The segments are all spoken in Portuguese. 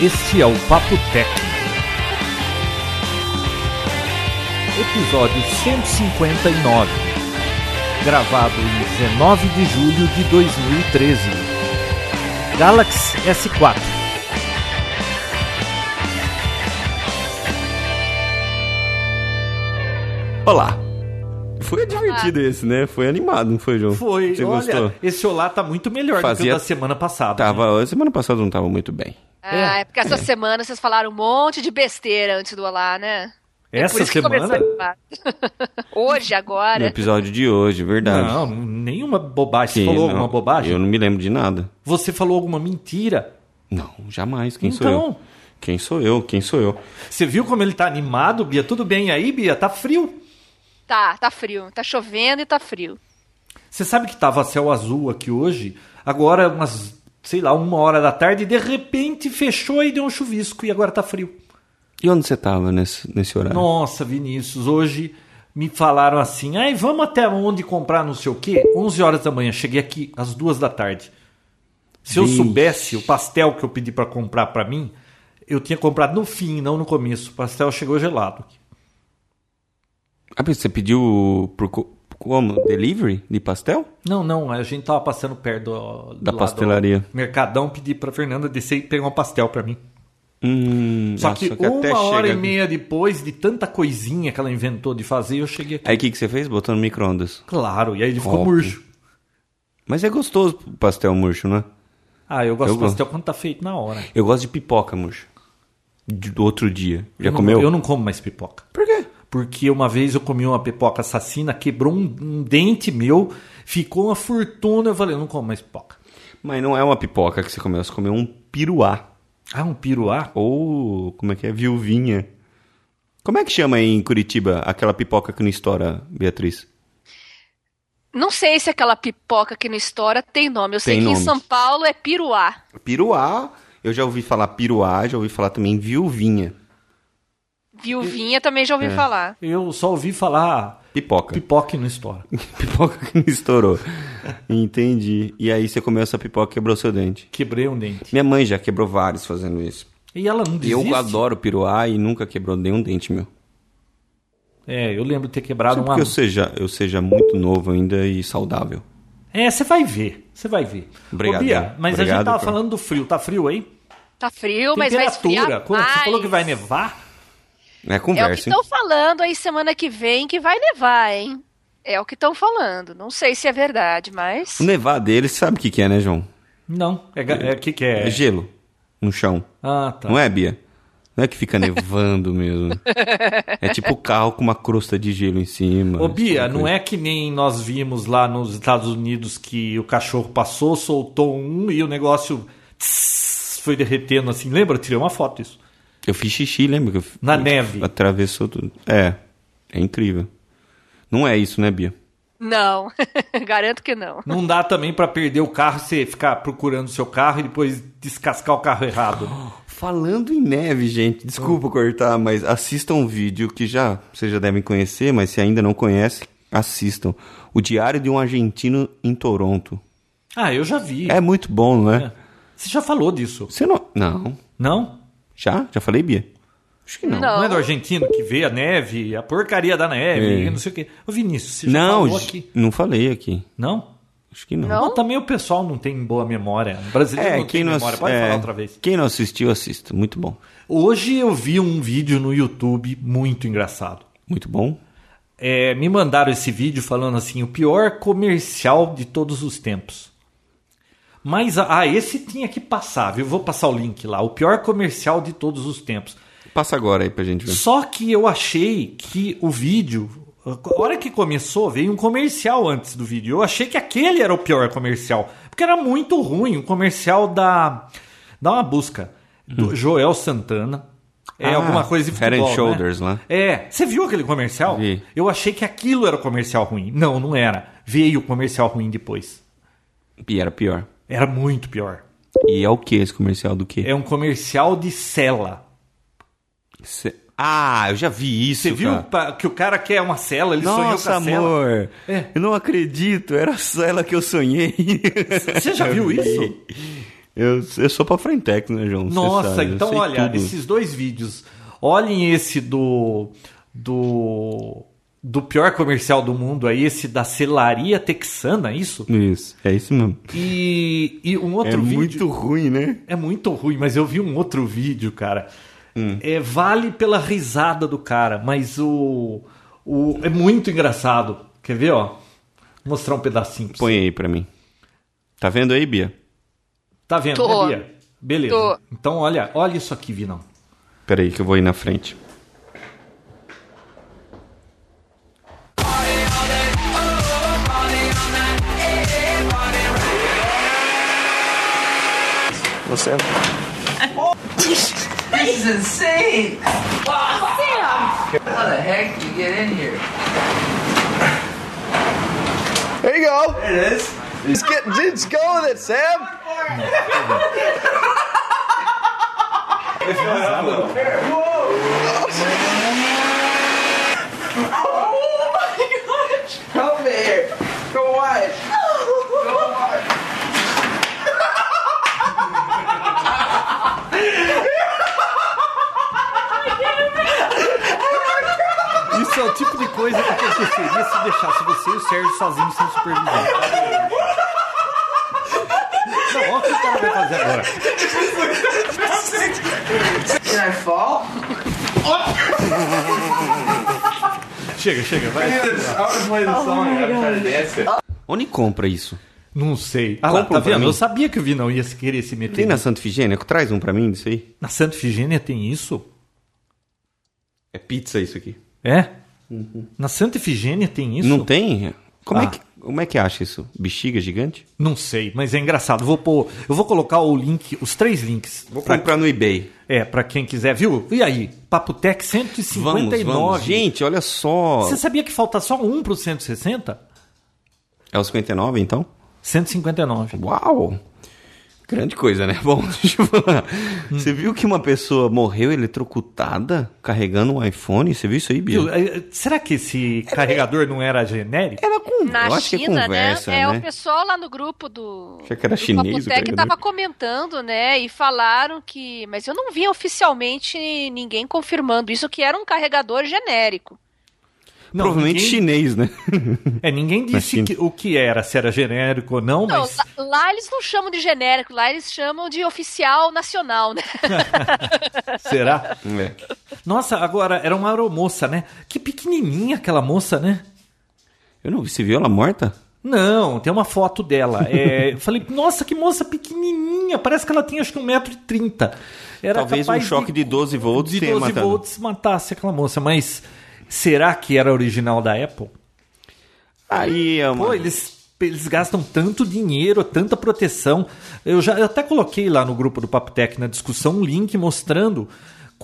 Este é o Papo Tech. Episódio 159. Gravado em 19 de julho de 2013. Galaxy S4. Olá. Foi divertido esse, né? Foi animado, não foi, João? Foi, Você olha, gostou? esse olá tá muito melhor do que Fazia- o da semana passada. né? Tava, semana passada não tava muito bem. É. Ah, é, porque essa semana vocês falaram um monte de besteira antes do Olá, né? Por Essa isso que semana? começou a falar. Hoje, No agora. episódio de hoje, verdade. Não, nenhuma bobagem. Você Que falou não, alguma bobagem? Eu não me lembro de nada. Você falou alguma mentira? Não, jamais. Quem sou Então. eu? Quem sou eu? Quem sou eu? Você viu como ele tá animado, Bia? Tudo bem aí, Bia? Tá frio. Tá, tá frio. Tá chovendo e tá frio. Você sabe que tava céu azul aqui hoje? Agora, umas, sei lá, uma hora da tarde, de repente fechou e deu um chuvisco e agora tá frio. E onde você tava nesse, nesse horário? Nossa, Vinícius, hoje me falaram assim, ai, vamos até onde comprar não sei o quê? 11 horas da manhã, cheguei aqui às duas da tarde. Se eu Vixe. soubesse o pastel que eu pedi pra comprar pra mim, eu tinha comprado no fim, não no começo. O pastel chegou gelado. Ah, mas você pediu por co- como? Delivery de pastel? Não, não, a gente tava passando perto do, do Da lado, pastelaria. ó, Mercadão, pedi pra Fernanda descer e pegar um pastel pra mim. Hum, Só nossa, que, uma hora e chega- meia depois de tanta coisinha que ela inventou de fazer, eu cheguei aqui. Aí o que, que você fez? Botou no micro-ondas. Claro, e aí ele ficou Óbvio. murcho. Mas é gostoso o pastel murcho, né? Ah, eu gosto Eu do pastel quando tá feito na hora. Eu gosto de pipoca murcho. De- do outro dia. Já eu comeu? Não, eu não como mais pipoca. Por quê? Porque uma vez eu comi uma pipoca assassina, quebrou um, um dente meu, ficou uma fortuna. Eu falei, eu não como mais pipoca. Mas não é uma pipoca que você comeu, você comeu um piruá. Ah, um piruá? Ou, como é que é? Viuvinha. Como é que chama aí em Curitiba aquela pipoca que não estoura, Beatriz? Não sei se aquela pipoca que não estoura tem nome. Eu sei Tem que nome. em São Paulo é piruá. Piruá. Eu já ouvi falar piruá, já ouvi falar também viuvinha. Viuvinha também já ouvi É. falar. Eu só ouvi falar Pipoca. pipoca e não estoura. pipoca que não estourou. Entendi. E aí você comeu essa pipoca e quebrou seu dente. Quebrei um dente. Minha mãe já quebrou vários fazendo isso. E ela não desiste. Eu adoro piruá e nunca quebrou nenhum dente meu. É, eu lembro de ter quebrado Só uma. porque eu seja, eu seja muito novo ainda e saudável. É, você vai ver. Você vai ver. Obrigado, Ô, hein? Bia, mas a gente Obrigado, tava cara. falando do frio. Tá frio aí? Tá frio, mas vai Temperatura. esfriar Quando você falou que vai mais. nevar? É É o que conversa, hein? estão falando aí semana que vem que vai nevar, hein? É o que estão falando. Não sei se é verdade, mas... O nevar dele, você sabe o que, que é, né, João? Não. É, ga- é, que que É. é? gelo no chão. Ah, tá. Não é, Bia? Não é que fica nevando mesmo. É tipo carro com uma crosta de gelo em cima. Ô, Bia, né, não é que nem nós vimos lá nos Estados Unidos que o cachorro passou, soltou um e o negócio tss, foi derretendo assim. Lembra? Eu tirei uma foto disso. Eu fiz xixi, lembra? que eu- é Na eu- neve. Atravessou tudo. É. É incrível. Não é isso, né, Bia? Não, garanto que não. Não dá também pra perder o carro, você ficar procurando o seu carro e depois descascar o carro errado. Falando em neve, gente, desculpa Hum. cortar, mas assistam um vídeo que já vocês já devem conhecer, mas se ainda não conhece, assistam. O Diário de um Argentino em Toronto. Ah, eu já vi. É muito bom, não é? Você já falou disso, Você não. Não. não? Já? Já falei, Bia? Acho que não. Não. Não é do argentino que vê a neve, a porcaria da neve, não sei o quê. Ô, Vinícius, você já É. Não, falou j- aqui? não falei aqui. Não? Acho que não. Não? Mas também o pessoal não tem boa memória. O brasileiro não tem memória. Pode é, falar outra vez. Quem não assistiu, assista. Muito bom. Hoje eu vi um vídeo no YouTube muito engraçado. Muito bom. É, me mandaram esse vídeo falando assim: o pior comercial de todos os tempos. Mas, ah, esse tinha que passar, viu? Vou passar o link lá. O pior comercial de todos os tempos. Passa agora aí pra gente ver. Só que eu achei que o vídeo. A hora que começou, veio um comercial antes do vídeo. Eu achei que aquele era o pior comercial. Porque era muito ruim. O comercial da. Dá uma busca. Do Joel Santana. É Hum. Ah, alguma coisa de Head and futebol, Shoulders, né? lá. É. Você viu aquele comercial? Vi. Eu achei que aquilo era o comercial ruim. Não, não era. Veio o comercial ruim depois. E era pior. Era muito pior. E é o que esse comercial do quê? É um comercial de cela. Cê- Ah, eu já vi isso. Você viu cara. pa- que o cara quer uma cela, ele sonhou com Nossa, a cela. amor. É. Eu não acredito. Era só ela que eu sonhei. Você já viu Eu vi. isso? Eu, eu sou pra Frentex, né, João? Cê Nossa, sabe, eu então sei olha, tudo. esses dois vídeos. Olhem esse do. do. do pior comercial do mundo aí, esse da selaria texana, isso? Isso, é isso mesmo. E, e um outro é vídeo. muito ruim, né? É muito ruim, mas eu vi um outro vídeo, cara. Hum. É, vale pela risada do cara, mas o, o. É muito engraçado. Quer ver, ó? Vou mostrar um pedacinho pra você. Põe aí pra mim. Tá vendo aí, Bia? Tá vendo, Tô. né, Bia? Beleza. Tô. Então, olha, olha isso aqui, Vinão. Pera aí que eu vou ir na frente. Você This is insane. Sam! How the heck did you get in here? There you go. There it is. Just get, just go with it, Sam. Oh Come here. Go watch. Go watch. Isso é o tipo de coisa que aconteceria se deixasse você e o Sérgio sozinhos sem supervisão. Não, olha o que o cara vai fazer agora. Can I fall? Chega, chega, vai. Onde compra isso? Não sei. Ah, lá, Compra tá um pra vendo? mim. Eu sabia que o Vinão ia se- querer se meter. Tem na Santa Ifigênia? Traz um pra mim disso aí. Na Santa Figênia tem isso? É pizza isso aqui. É? Na Santa Efigênia tem isso? Uhum. Não tem? Como, Ah. é que, como é que acha isso? Bexiga gigante? Não sei, mas é engraçado. Vou pôr, eu vou colocar o link, os três links. Vou pra, comprar no eBay. é, pra quem quiser, viu? E aí? Papotec 159. Vamos, vamos. Gente, olha só. Você sabia que falta só um pro 160? É o 59, então? 159. Uau! Grande coisa, né? Bom, deixa eu falar. Você viu que uma pessoa morreu eletrocutada carregando um iPhone? Você viu isso aí, Viu? Bia? É, Será que esse carregador não era genérico? Era com... Na eu acho que é China, conversa, né? né? É, o pessoal lá no grupo do. Achei que era do chinês o Papotec pregador. tava comentando, né? E falaram que. Mas eu não vi oficialmente ninguém confirmando isso, que era um carregador genérico. Não, Provavelmente ninguém, chinês, né? É, ninguém disse China. que- o que era, se era genérico ou não, Não, mas lá, lá eles não chamam de genérico, lá eles chamam de oficial nacional, né? será? É. Nossa, agora era uma aeromoça, né? Que pequenininha aquela moça, né? Eu não vi. Você viu ela morta? Não, tem uma foto dela. É, eu falei, nossa, que moça pequenininha. Parece que ela tinha acho que 1,30m. Era Talvez um capaz choque de 12 volts de tenha 12 matado. volts matasse aquela moça. Mas será que era original da Apple? Aí, é uma... Pô, eles, eles gastam tanto dinheiro, tanta proteção. Eu já eu até coloquei lá no grupo do Papo Tech na discussão um link mostrando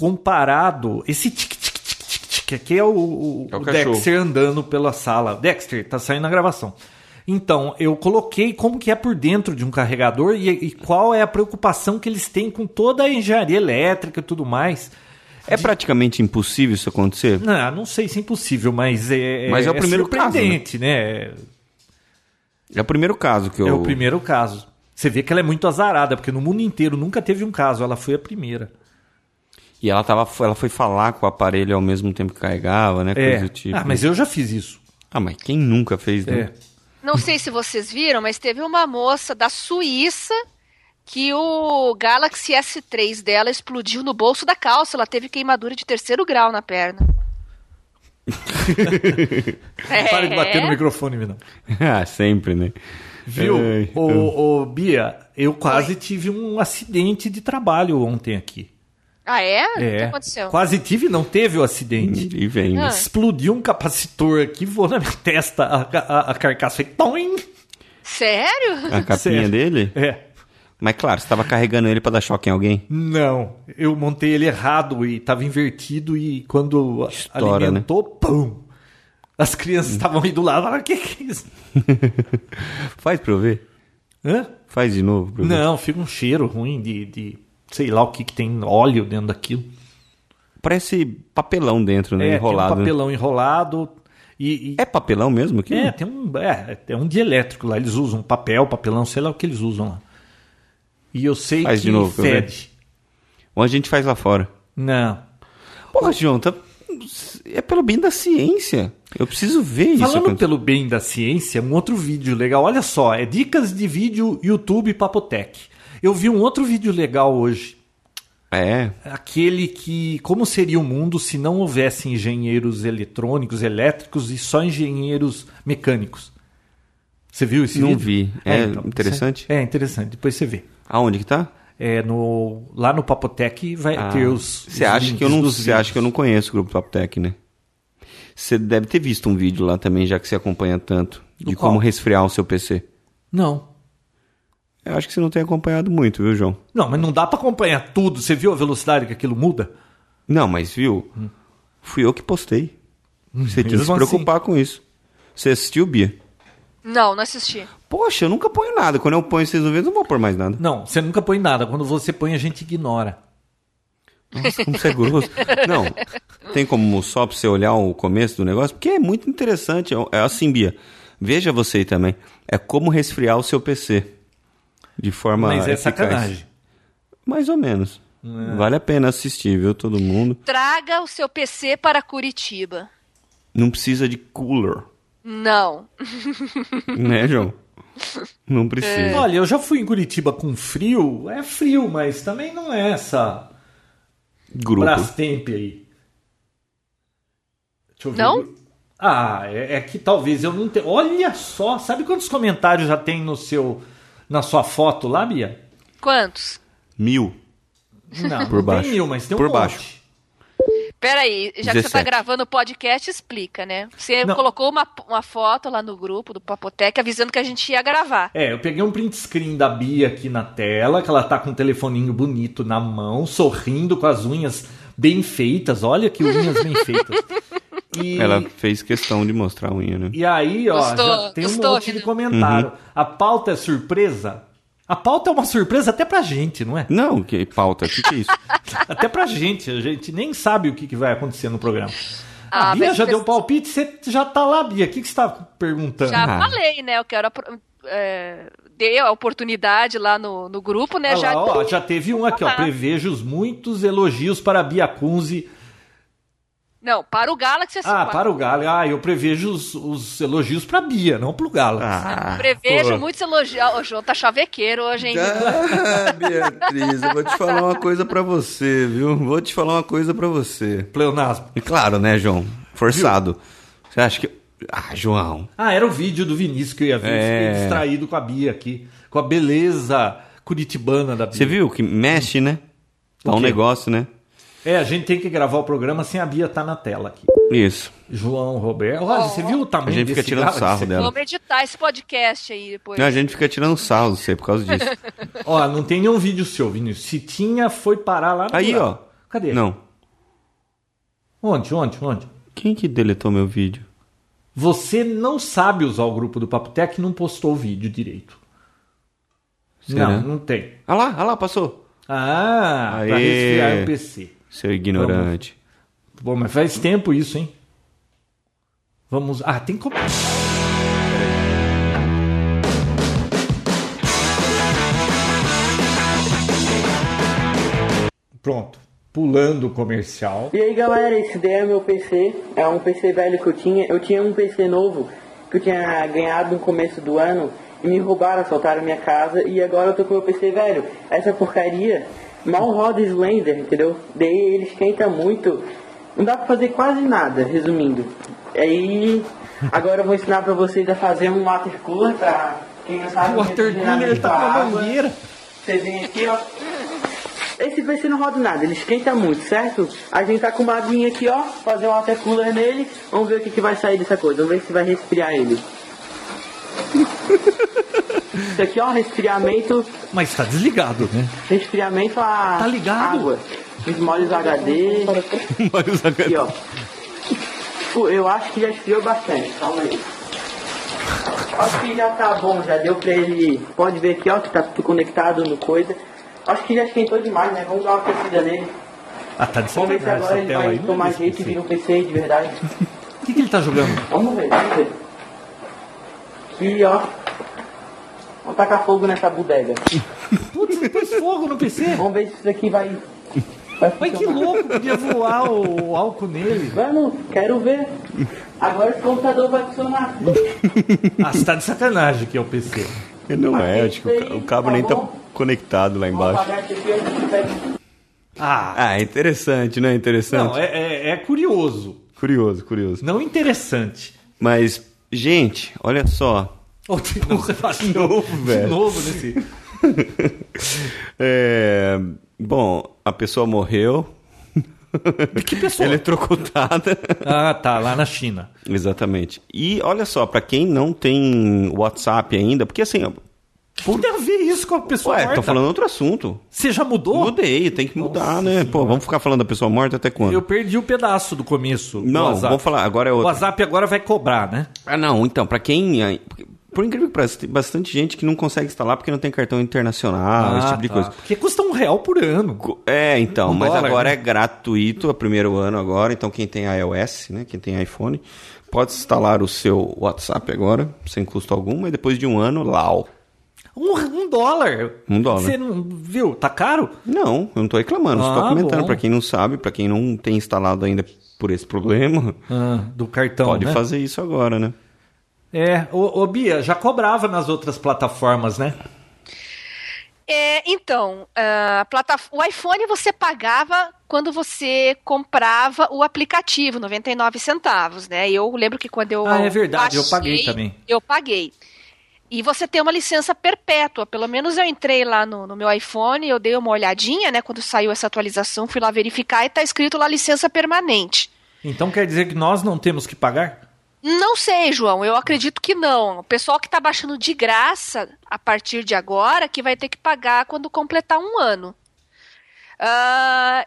comparado esse tic tic tic tic tic aqui é o, o- É o o cachorro. Dexter andando pela sala. Dexter tá saindo na gravação. Então, eu coloquei como que é por dentro de um carregador e, e qual é a preocupação que eles têm com toda a engenharia elétrica e tudo mais. É praticamente impossível isso acontecer? Não, não sei se é impossível, mas é, Mas é o primeiro caso, né? surpreendente, né? É o primeiro caso que eu... É o primeiro caso. Você vê que ela é muito azarada, porque no mundo inteiro nunca teve um caso, ela foi a primeira. E ela, tava, ela foi falar com o aparelho ao mesmo tempo que carregava, né? É. Coisa do tipo. Ah, mas eu já fiz isso. Ah, mas quem nunca fez, né? É. Não sei se vocês viram, mas teve uma moça da Suíça que o Galaxy S3 dela explodiu no bolso da calça. Ela teve queimadura de terceiro grau na perna. é. Para de bater no microfone, não. ah, sempre, né? É. Viu? Ai, Ô, ô, Bia, eu quase tive um acidente de trabalho ontem aqui. Ah, é? O que É. aconteceu? Quase tive, não teve o acidente. E vem, né? Ah. Explodiu um capacitor aqui, voou na minha testa a, a- a carcaça e toim! Sério? A capinha Sério. dele? É. Mas claro, você tava carregando ele pra dar choque em alguém. Não, eu montei ele errado e estava invertido e quando a- Estoura, né? Hum. alimentou, pum! As crianças estavam aí do lado, falaram, que que é isso? Faz pra eu ver. Hã? Faz de novo pra eu ver. Não, fica um cheiro ruim de, de sei lá o que que tem óleo dentro daquilo. Parece papelão dentro, né? é, Enrolado. tem um papelão enrolado e... e- É papelão mesmo aqui? é, um tem um, é, é um de elétrico lá, eles usam papel, papelão, sei lá o que eles usam lá. E eu sei Faz que de novo, pra eu fede. Ou a gente faz lá fora. Não. Porra, João, tá... é pelo bem da ciência. Eu preciso ver isso. Falando acontecer. pelo bem da ciência, um outro vídeo legal. Olha só, é dicas de vídeo YouTube Papotec. Eu vi um outro vídeo legal hoje. É, Aquele que. Como seria o mundo se não houvesse engenheiros eletrônicos, elétricos e só engenheiros mecânicos? Você viu esse Não vídeo? vi. É interessante? você- É interessante, depois você vê. aonde que tá? É no, lá no Papotec vai Ah, ter os. Você os acha que eu links não, dos você acha vídeos. que eu não conheço o grupo Papo Tech, né? Você deve ter visto um vídeo lá também, já que você acompanha tanto, Do de qual? como resfriar o seu PC. Não. Eu acho que você não tem acompanhado muito, viu, João? Não, mas não dá pra acompanhar tudo. Você viu a velocidade que aquilo muda? Não, mas viu? Fui eu que postei. Você tinha que se Hum. Mesmo assim. preocupar com isso. Você assistiu, Bia? Não, não assisti. Poxa, eu nunca ponho nada. Quando eu ponho vocês não veem, eu não vou pôr mais nada. Não, você nunca põe nada. Quando você põe, a gente ignora. Nossa, como você é grosso. Não, tem como só pra você olhar o começo do negócio? Porque é muito interessante. É- É assim, Bia. Veja você aí também. É como resfriar o seu PC. De forma Mas é eficaz. sacanagem. É. Mais ou menos. Vale a pena assistir, viu, todo mundo. Traga o seu PC para Curitiba. Não precisa de cooler, Não. né, João? Não precisa. Olha, eu já fui em Curitiba com frio. É frio, mas também não é essa Grupo. Brastemp aí. Deixa eu ver. Não? Ah, é, é que talvez eu não tenha. Olha só, sabe quantos comentários já tem no seu, na sua foto lá, Bia? Quantos? Mil. Não, Por não baixo. tem mil, mas tem um Por monte. baixo. Peraí, já que você tá 17. gravando o podcast, explica, né? Você Não. colocou uma, uma foto lá no grupo do Papoteca avisando que a gente ia gravar. É, eu peguei um print screen da Bia aqui na tela, que ela tá com um telefoninho bonito na mão, sorrindo com as unhas bem feitas. Olha que unhas bem feitas. E, Ela fez questão de mostrar a unha, né? e aí, ó, Gostou, já tem um gostou, monte de Renan? comentário. A pauta é surpresa? A pauta é uma surpresa até pra gente, não é? Não, que pauta. O que, que é isso? Até pra gente. A gente nem sabe o que, que vai acontecer no programa. A Ah, Bia mas já o deu pessoal- palpite, você já tá lá, Bia. O que, que você tá perguntando? Já Ah. falei, né? Eu quero. apro- É, dei a oportunidade lá no, no grupo, né? Olha já Tá lá, ó, já teve um aqui, ó. Olá. Prevejo os muitos elogios para a Bia Kunze. Não, para o Galaxy assim. Ah, para- para o Galo. Ah, eu prevejo os, os elogios para Bia, não pro Galo. Ah, Prevejo pô. muitos elogios. Ó, O João tá chavequeiro hoje, hein? Ah, Beatriz, eu vou te falar uma coisa pra você, viu? Vou te falar uma coisa pra você. Pleonasmo. E claro, né, João? Forçado. Você acha que. Ah, João. Ah, era o vídeo do Vinícius que eu ia ver. É. Fiquei distraído com a Bia aqui. Com a beleza curitibana da Bia. Você viu que mexe, né? Dá O um quê? negócio, né? É, a gente tem que gravar o programa sem a Bia tá na tela aqui. Isso. João Roberto. Olha, você viu o tamanho A gente fica desse tirando Galaxy? sarro dela. Vamos editar esse podcast aí depois. Não, a gente fica tirando sarro de você por causa disso. Ó, não tem nenhum vídeo seu, Vinícius. Se tinha, foi parar lá no Aí, ó. buraco. Cadê? Não. Onde, onde, onde? Quem que deletou meu vídeo? Você não sabe usar o grupo do Papotec e não postou o vídeo direito. Será? Não, não tem. Ah lá, ah lá, passou. Ah, pra Aê. resfriar o PC. Seu ignorante. Bom, mas faz tempo isso, hein? Vamos. Ah, tem como. Pronto. Pulando o comercial. E aí galera, esse daí é meu PC, é um PC velho que eu tinha. Eu tinha um PC novo que eu tinha ganhado no começo do ano e me roubaram, assaltaram minha casa e agora eu tô com meu PC velho. Essa porcaria mal roda Slender, entendeu? Daí ele esquenta muito, não dá pra fazer quase nada, resumindo. Aí agora eu vou ensinar pra vocês a fazer um water cooler pra quem não sabe O water refrigerar cooler mesmo tá a com água. mangueira. Vocês vêm aqui, ó. Esse PC não roda nada, ele esquenta muito, certo? A gente tá com uma aguinha aqui, ó. Fazer um water cooler nele. Vamos ver o que, que vai sair dessa coisa. Vamos ver se vai resfriar ele. Isso aqui, ó, resfriamento. Mas tá desligado, né? Resfriamento a Tá ligado? água. Desmolha os HD. aqui, ó. Pô, Eu acho que já esfriou bastante. Calma aí. Acho que já tá bom, já deu pra ele. Pode ver aqui, ó, que tá tudo conectado no coisa. Acho que já esquentou demais, né? Vamos dar uma aquecida nele. Ah, tá de Vamos ver se sacanagem agora essa ele tela vai aí. Não é tomar desse jeito e PC. vira um PC de verdade. O que, que ele tá jogando? Vamos ver, vamos ver. Aqui, ó. Vamos tacar fogo nessa bodega. Putz, depois fogo no PC. Vamos ver se isso aqui vai. vai Mas que funcionar. louco, podia voar o, o álcool nele. Mano, quero ver. Agora esse computador vai funcionar. Ah, você tá de sacanagem que é o PC. Não é, acho que o ca- o cabo nem tá conectado lá Vou embaixo. apagar isso aqui, eu pego. Ah, Ah, é interessante, né? Interessante. não, é, é- é curioso. Curioso, curioso. Não interessante. Mas, gente, olha só. Ou de novo, de novo, velho. tá De novo nesse. É, Bom, a pessoa morreu, Que pessoa? eletrocutada. Ah, tá, lá na China. Exatamente. E olha só, pra quem não tem WhatsApp ainda, porque assim, ó, Por... Tem a ver isso com a pessoa ué, morta? tô falando outro assunto. Você já mudou? Mudei, tem que mudar, Nossa né? Pô, Senhora. vamos ficar falando da pessoa morta até quando? Eu perdi o pedaço do começo. do Não, WhatsApp. vamos falar, agora é O outro. WhatsApp agora vai cobrar, né? Ah, não, então, pra quem. ah, Por incrível que pareça, tem bastante gente que não consegue instalar porque não tem cartão internacional, esse tipo de tá. coisa. Porque custa um real por ano. Co- É, então, Um mas dólar, agora né? é gratuito, é o primeiro ano agora, então quem tem iOS, né, quem tem iPhone, pode instalar o seu WhatsApp agora, sem custo algum, e depois de um ano, lau. Um, um dólar. Um dólar. Você não viu? Tá caro? Não, eu não tô reclamando, só tô Ah, comentando, bom. pra quem não sabe, pra quem não tem instalado ainda por esse problema, Ah, do cartão, pode né? fazer isso agora, né? É, ô, ô, Bia, já cobrava nas outras plataformas, né? É, então, ah, a plata- o iPhone você pagava quando você comprava o aplicativo, 99 centavos, né? Eu lembro que quando eu Ah, é verdade, eu baixei, paguei também. Eu paguei. E você tem uma licença perpétua. Pelo menos eu entrei lá no, no meu iPhone, eu dei uma olhadinha, né? Quando saiu essa atualização, fui lá verificar e tá escrito lá licença permanente. Então quer dizer que nós não temos que pagar? Não sei, João. Eu acredito que não. O pessoal que tá baixando de graça a partir de agora que vai ter que pagar quando completar um ano. Ah,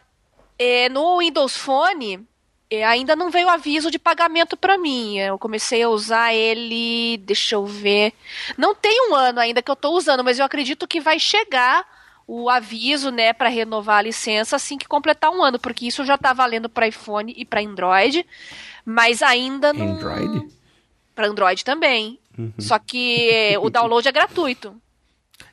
é, no Windows Phone é, ainda não veio aviso de pagamento para mim. É, Eu comecei a usar ele, deixa eu ver. Não tem um ano ainda que eu tô usando, mas eu acredito que vai chegar o aviso, né, para renovar a licença assim que completar um ano, porque isso já tá valendo para iPhone e para Android, mas ainda não Android? para Android também. Só que é, o download é gratuito.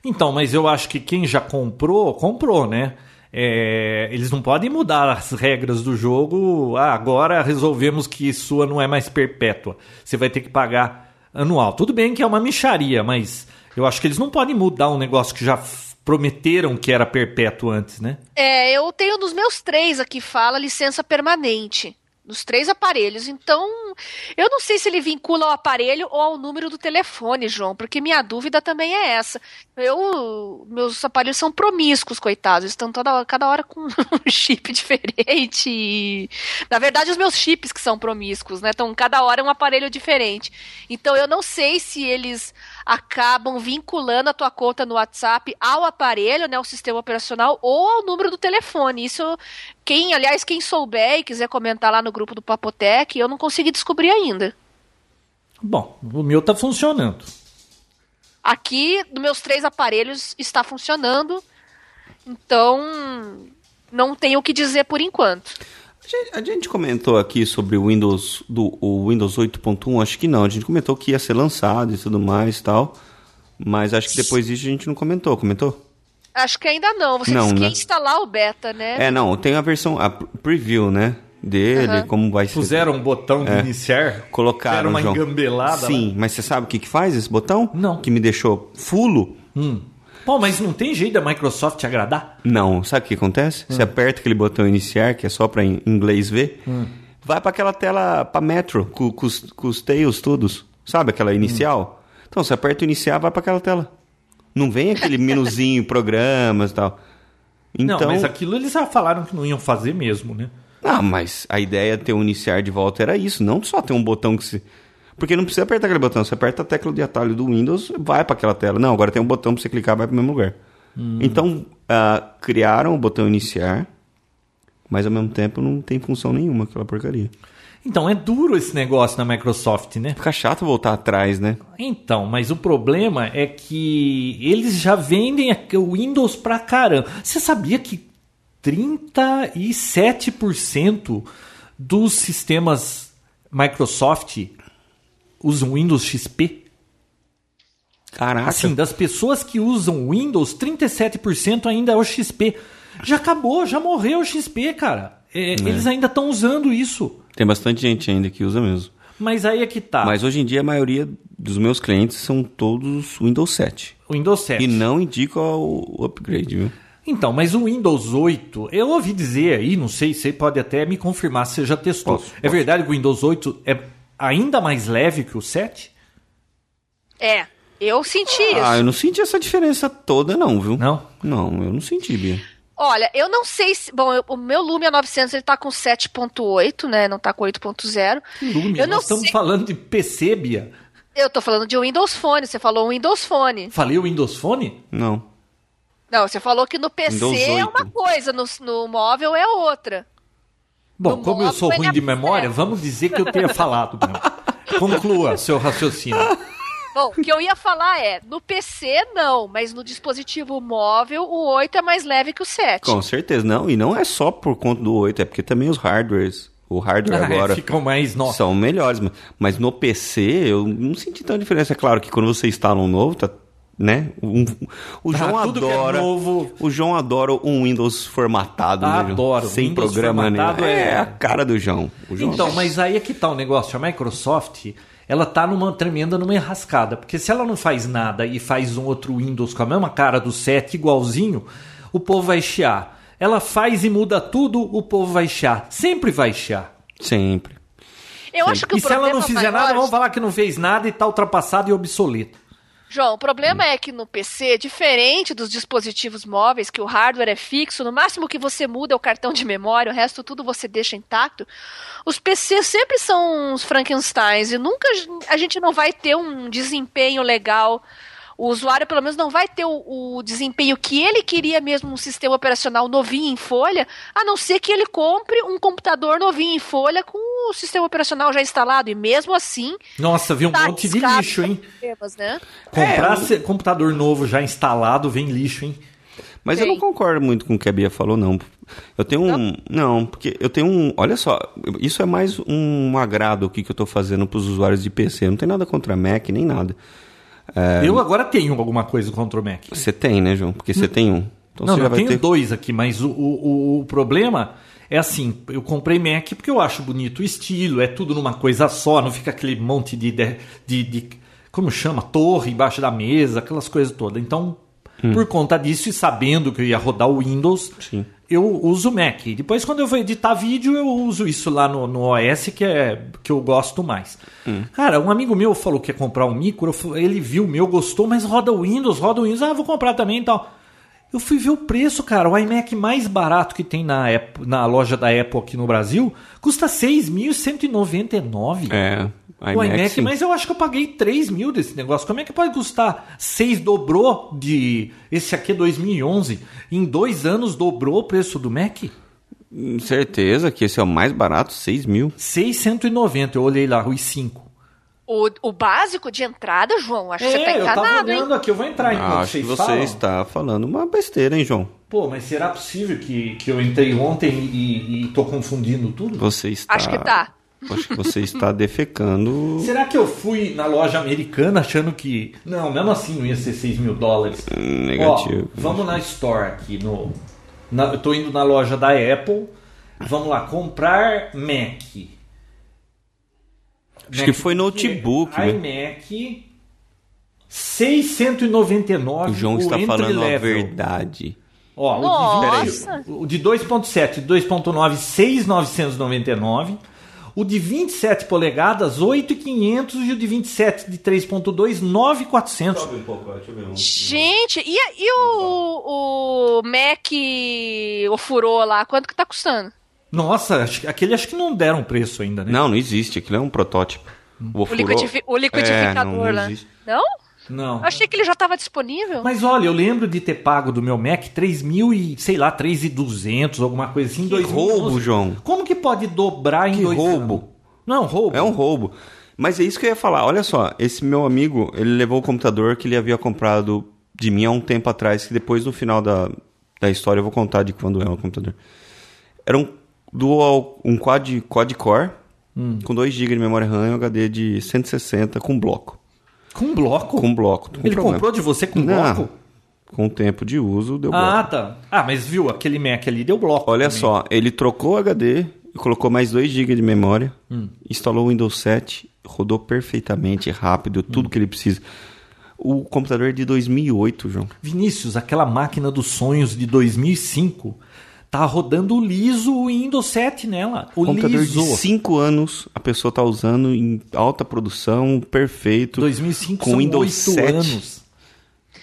Então, mas eu acho que quem já comprou, comprou, né? É, eles não podem mudar as regras do jogo. Ah, agora resolvemos que sua não é mais perpétua. Você vai ter que pagar anual. Tudo bem que é uma micharia, mas eu acho que eles não podem mudar um negócio que já f- prometeram que era perpétuo antes, né? É, eu tenho nos meus três aqui fala licença permanente. Nos três aparelhos. Então, eu não sei se ele vincula ao aparelho ou ao número do telefone, João, porque minha dúvida também é essa. Eu, meus aparelhos são promíscuos, coitados. Estão toda, hora- cada hora com um chip diferente. e- Na verdade, os meus chips que são promíscuos, né? Então, cada hora é um aparelho diferente. Então, eu não sei se eles acabam vinculando a tua conta no WhatsApp ao aparelho, né, ao sistema operacional ou ao número do telefone. Isso, quem, aliás, quem souber e quiser comentar lá no grupo do Papotec, eu não consegui descobrir ainda. Bom, o meu tá funcionando. Aqui, dos meus três aparelhos, está funcionando, então não tenho o que dizer por enquanto. A gente- A gente comentou aqui sobre o Windows do o Windows 8.1, acho que não. A gente comentou que ia ser lançado e tudo mais e tal. Mas acho que depois disso a gente não comentou, comentou? Acho que ainda não. Você Não, disse que né? ia instalar o beta, né? É, não, tem a versão, a pre- preview, né? Dele, como vai ser. Puseram um botão de iniciar. Colocaram, Fizeram uma João. engambelada Sim, mas você sabe o que, que faz esse botão? Não. Que me deixou fulo? Pô, mas não tem jeito da Microsoft te agradar? Não. Sabe o que acontece? Você Hum. aperta aquele botão iniciar, que é só pra in- inglês ver, vai pra aquela tela, pra metro, com, com os, com os tails todos. Sabe aquela inicial? Hum. Então, você aperta o iniciar, vai pra aquela tela. Não vem aquele menuzinho, programas e tal. Então, Não, mas aquilo eles já falaram que não iam fazer mesmo, né? Ah, mas a ideia de ter um iniciar de volta era isso, não só ter um botão que se. Porque não precisa apertar aquele botão, você aperta a tecla de atalho do Windows, vai para aquela tela. Não, agora tem um botão para você clicar, vai para o mesmo lugar. Então, ah, criaram o botão iniciar, mas ao mesmo tempo não tem função nenhuma aquela porcaria. Então é duro esse negócio na Microsoft, né? Fica chato voltar atrás, né? Então, mas o problema é que eles já vendem a- o Windows pra caramba. Você sabia que 37% dos sistemas Microsoft usam Windows XP? Caraca. Assim, das pessoas que usam Windows, 37% ainda é o XP. Já acabou, já morreu o XP, cara. É, Eles ainda estão usando isso. Tem bastante gente ainda que usa mesmo. Mas aí é que tá. Mas hoje em dia a maioria dos meus clientes são todos Windows 7. o Windows 7. E não indico o upgrade, viu? Então, mas o Windows 8, eu ouvi dizer aí, não sei, você pode até me confirmar se você já testou. Posso, É posso. verdade que o Windows 8 é ainda mais leve que o 7? É, eu senti Ah, isso. eu não senti essa diferença toda, não, viu? Não? Não, eu não senti, Bia. Olha, eu não sei se. Bom, eu- o meu Lumia 900 ele tá com 7,8, né? Não tá com 8,0. Lumia, Eu não nós estamos sei. falando de PC, Bia. Eu tô falando de Windows Phone. Você falou Windows Phone. Falei o Windows Phone? Não. Não, você falou que no Windows PC é 8. uma coisa, no, no móvel é outra. Bom, No como eu móvel sou ele ruim de é- memória, vamos dizer que eu tenha falado. mesmo. Conclua seu raciocínio. Bom, o que eu ia falar é, no PC não, mas no dispositivo móvel o 8 é mais leve que o 7. Com certeza, não. E não é só por conta do 8, é porque também os hardwares, o hardware agora Ah, é, Ficam mais. Nossa. são melhores. Mas, mas no PC eu não senti tanta diferença. É claro que quando você instala um novo, tá, né? Um- o Ah, João tudo que é adora. novo. O João adora um Windows formatado, né, João? Adoro. Sem Windows programa nenhum. formatado É... é- a cara do João. O Tipo, João Então, mas aí é que tá o negócio. A Microsoft, ela tá numa tremenda numa enrascada. Porque se ela não faz nada e faz um outro Windows com a mesma cara do 7 igualzinho, o povo vai chiar. Ela faz e muda tudo, o povo vai chiar. Sempre vai chiar. Sempre. Eu acho que E o se ela problema não fizer maior, nada, vamos falar que não fez nada e tá ultrapassado e obsoleto. João, o problema é que no PC, diferente dos dispositivos móveis, que o hardware é fixo, no máximo que você muda é o cartão de memória, o resto tudo você deixa intacto. Os PCs sempre são uns Frankensteins e nunca a gente não vai ter um desempenho legal. O usuário, pelo menos, não vai ter o, o desempenho que ele queria mesmo, um sistema operacional novinho em folha, a não ser que ele compre um computador novinho em folha com o sistema operacional já instalado. E mesmo assim, Nossa, vi um tá monte de arriscado lixo, hein? problemas, né? Comprar se- computador novo já instalado, vem lixo, hein? Mas eu Tem. não concordo muito com o que a Bia falou, não. Eu tenho um. Não, porque eu tenho um. Olha só, isso é mais um agrado aqui que eu tô fazendo pros usuários de PC. Não tem nada contra Mac, nem nada. Eu agora tenho alguma coisa contra o Mac. Você tem, né, João? Porque você tem um. Então não, você eu já vai tenho ter. dois aqui, mas o, o, o- o problema é assim: eu comprei Mac porque eu acho bonito o estilo, é tudo numa coisa só, não fica aquele monte de. de, de- de- como chama? Torre embaixo da mesa, aquelas coisas todas. Então, por conta disso e sabendo que eu ia rodar o Windows, Hum. Sim. eu uso o Mac. E Depois, quando eu vou editar vídeo, eu uso isso lá no, no OS, que é que eu gosto mais. Hum. Cara, um amigo meu falou que ia comprar um micro, eu fu- ele viu o meu, gostou, mas roda o Windows, roda o Windows, ah, vou comprar também e tal. Eu fui ver o preço, cara. O iMac mais barato que tem na, Apple- na loja da Apple aqui no Brasil custa 6.199. É. O iMac, sim. mas eu acho que eu paguei 3 mil desse negócio. Como é que pode custar 6 dobrou de. Esse aqui é 2011. Em dois anos dobrou o preço do Mac? Certeza que esse é o mais barato, 6 mil. 690. Eu olhei lá, os 5. O, o básico de entrada, João, acho que você tá É, eu tava enganado, hein? olhando aqui. Eu vou entrar enquanto Ah, Acho que vocês você falam. está falando uma besteira, hein, João? Pô, mas será possível que, que eu entrei ontem e, e tô confundindo tudo? Você está. Acho que tá. Acho que você está defecando. Será que eu fui na loja americana achando que. Não, mesmo assim não ia ser 6 mil dólares. Hum, negativo. Ó, vamos na store aqui. No, na- eu tô indo na loja da Apple. Vamos lá, comprar Mac. Acho que foi notebook, né? iMac. 699 O João está entry falando a level. verdade. Ó, o de, 20, Nossa! o de 2.7 e 2.9, 6.999. O de 27 polegadas, 8.500. E o de 27 de 3.2, 9.400. um pouco, deixa eu ver um. Gente, e, e o, o Mac o furô lá, quanto que tá custando? Nossa, acho que- aquele acho que não deram preço ainda, né? Não, não existe. Aquilo é um protótipo. O, O, ofurô- liquidifi- o É, liquidificador né? não, não lá. existe. Não? Não. Eu achei que ele já tava disponível. Mas olha, eu lembro de ter pago do meu Mac 3 mil e, sei lá, 3.200, alguma coisa assim. em 2011. roubo, João. Como que pode dobrar em Que dois roubo. anos? Não, roubo. É um roubo. Mas é isso que eu ia falar. Olha só, esse meu amigo, ele levou o computador que ele havia comprado de mim há um tempo atrás, que depois no final da, da história eu vou contar de quando é o computador. Era um dual, um quad, quad core, com 2 GB de memória RAM e um HD de 160 com bloco. Com bloco? Com bloco. tô com Ele problema. comprou de você com Não, bloco? Com o tempo de uso, deu bloco. Ah, tá. Ah, mas viu, aquele Mac ali deu bloco. Olha também. só, ele trocou o HD, colocou mais 2 GB de memória, Hum. instalou o Windows 7, rodou perfeitamente, Hum. rápido, tudo que ele precisa. O computador é de 2008, João. Vinícius, aquela máquina dos sonhos de 2005 tá rodando liso o Windows 7 nela. O computador liso. de 5 anos, a pessoa tá usando em alta produção, perfeito. 2005 com são Windows 8 7. anos.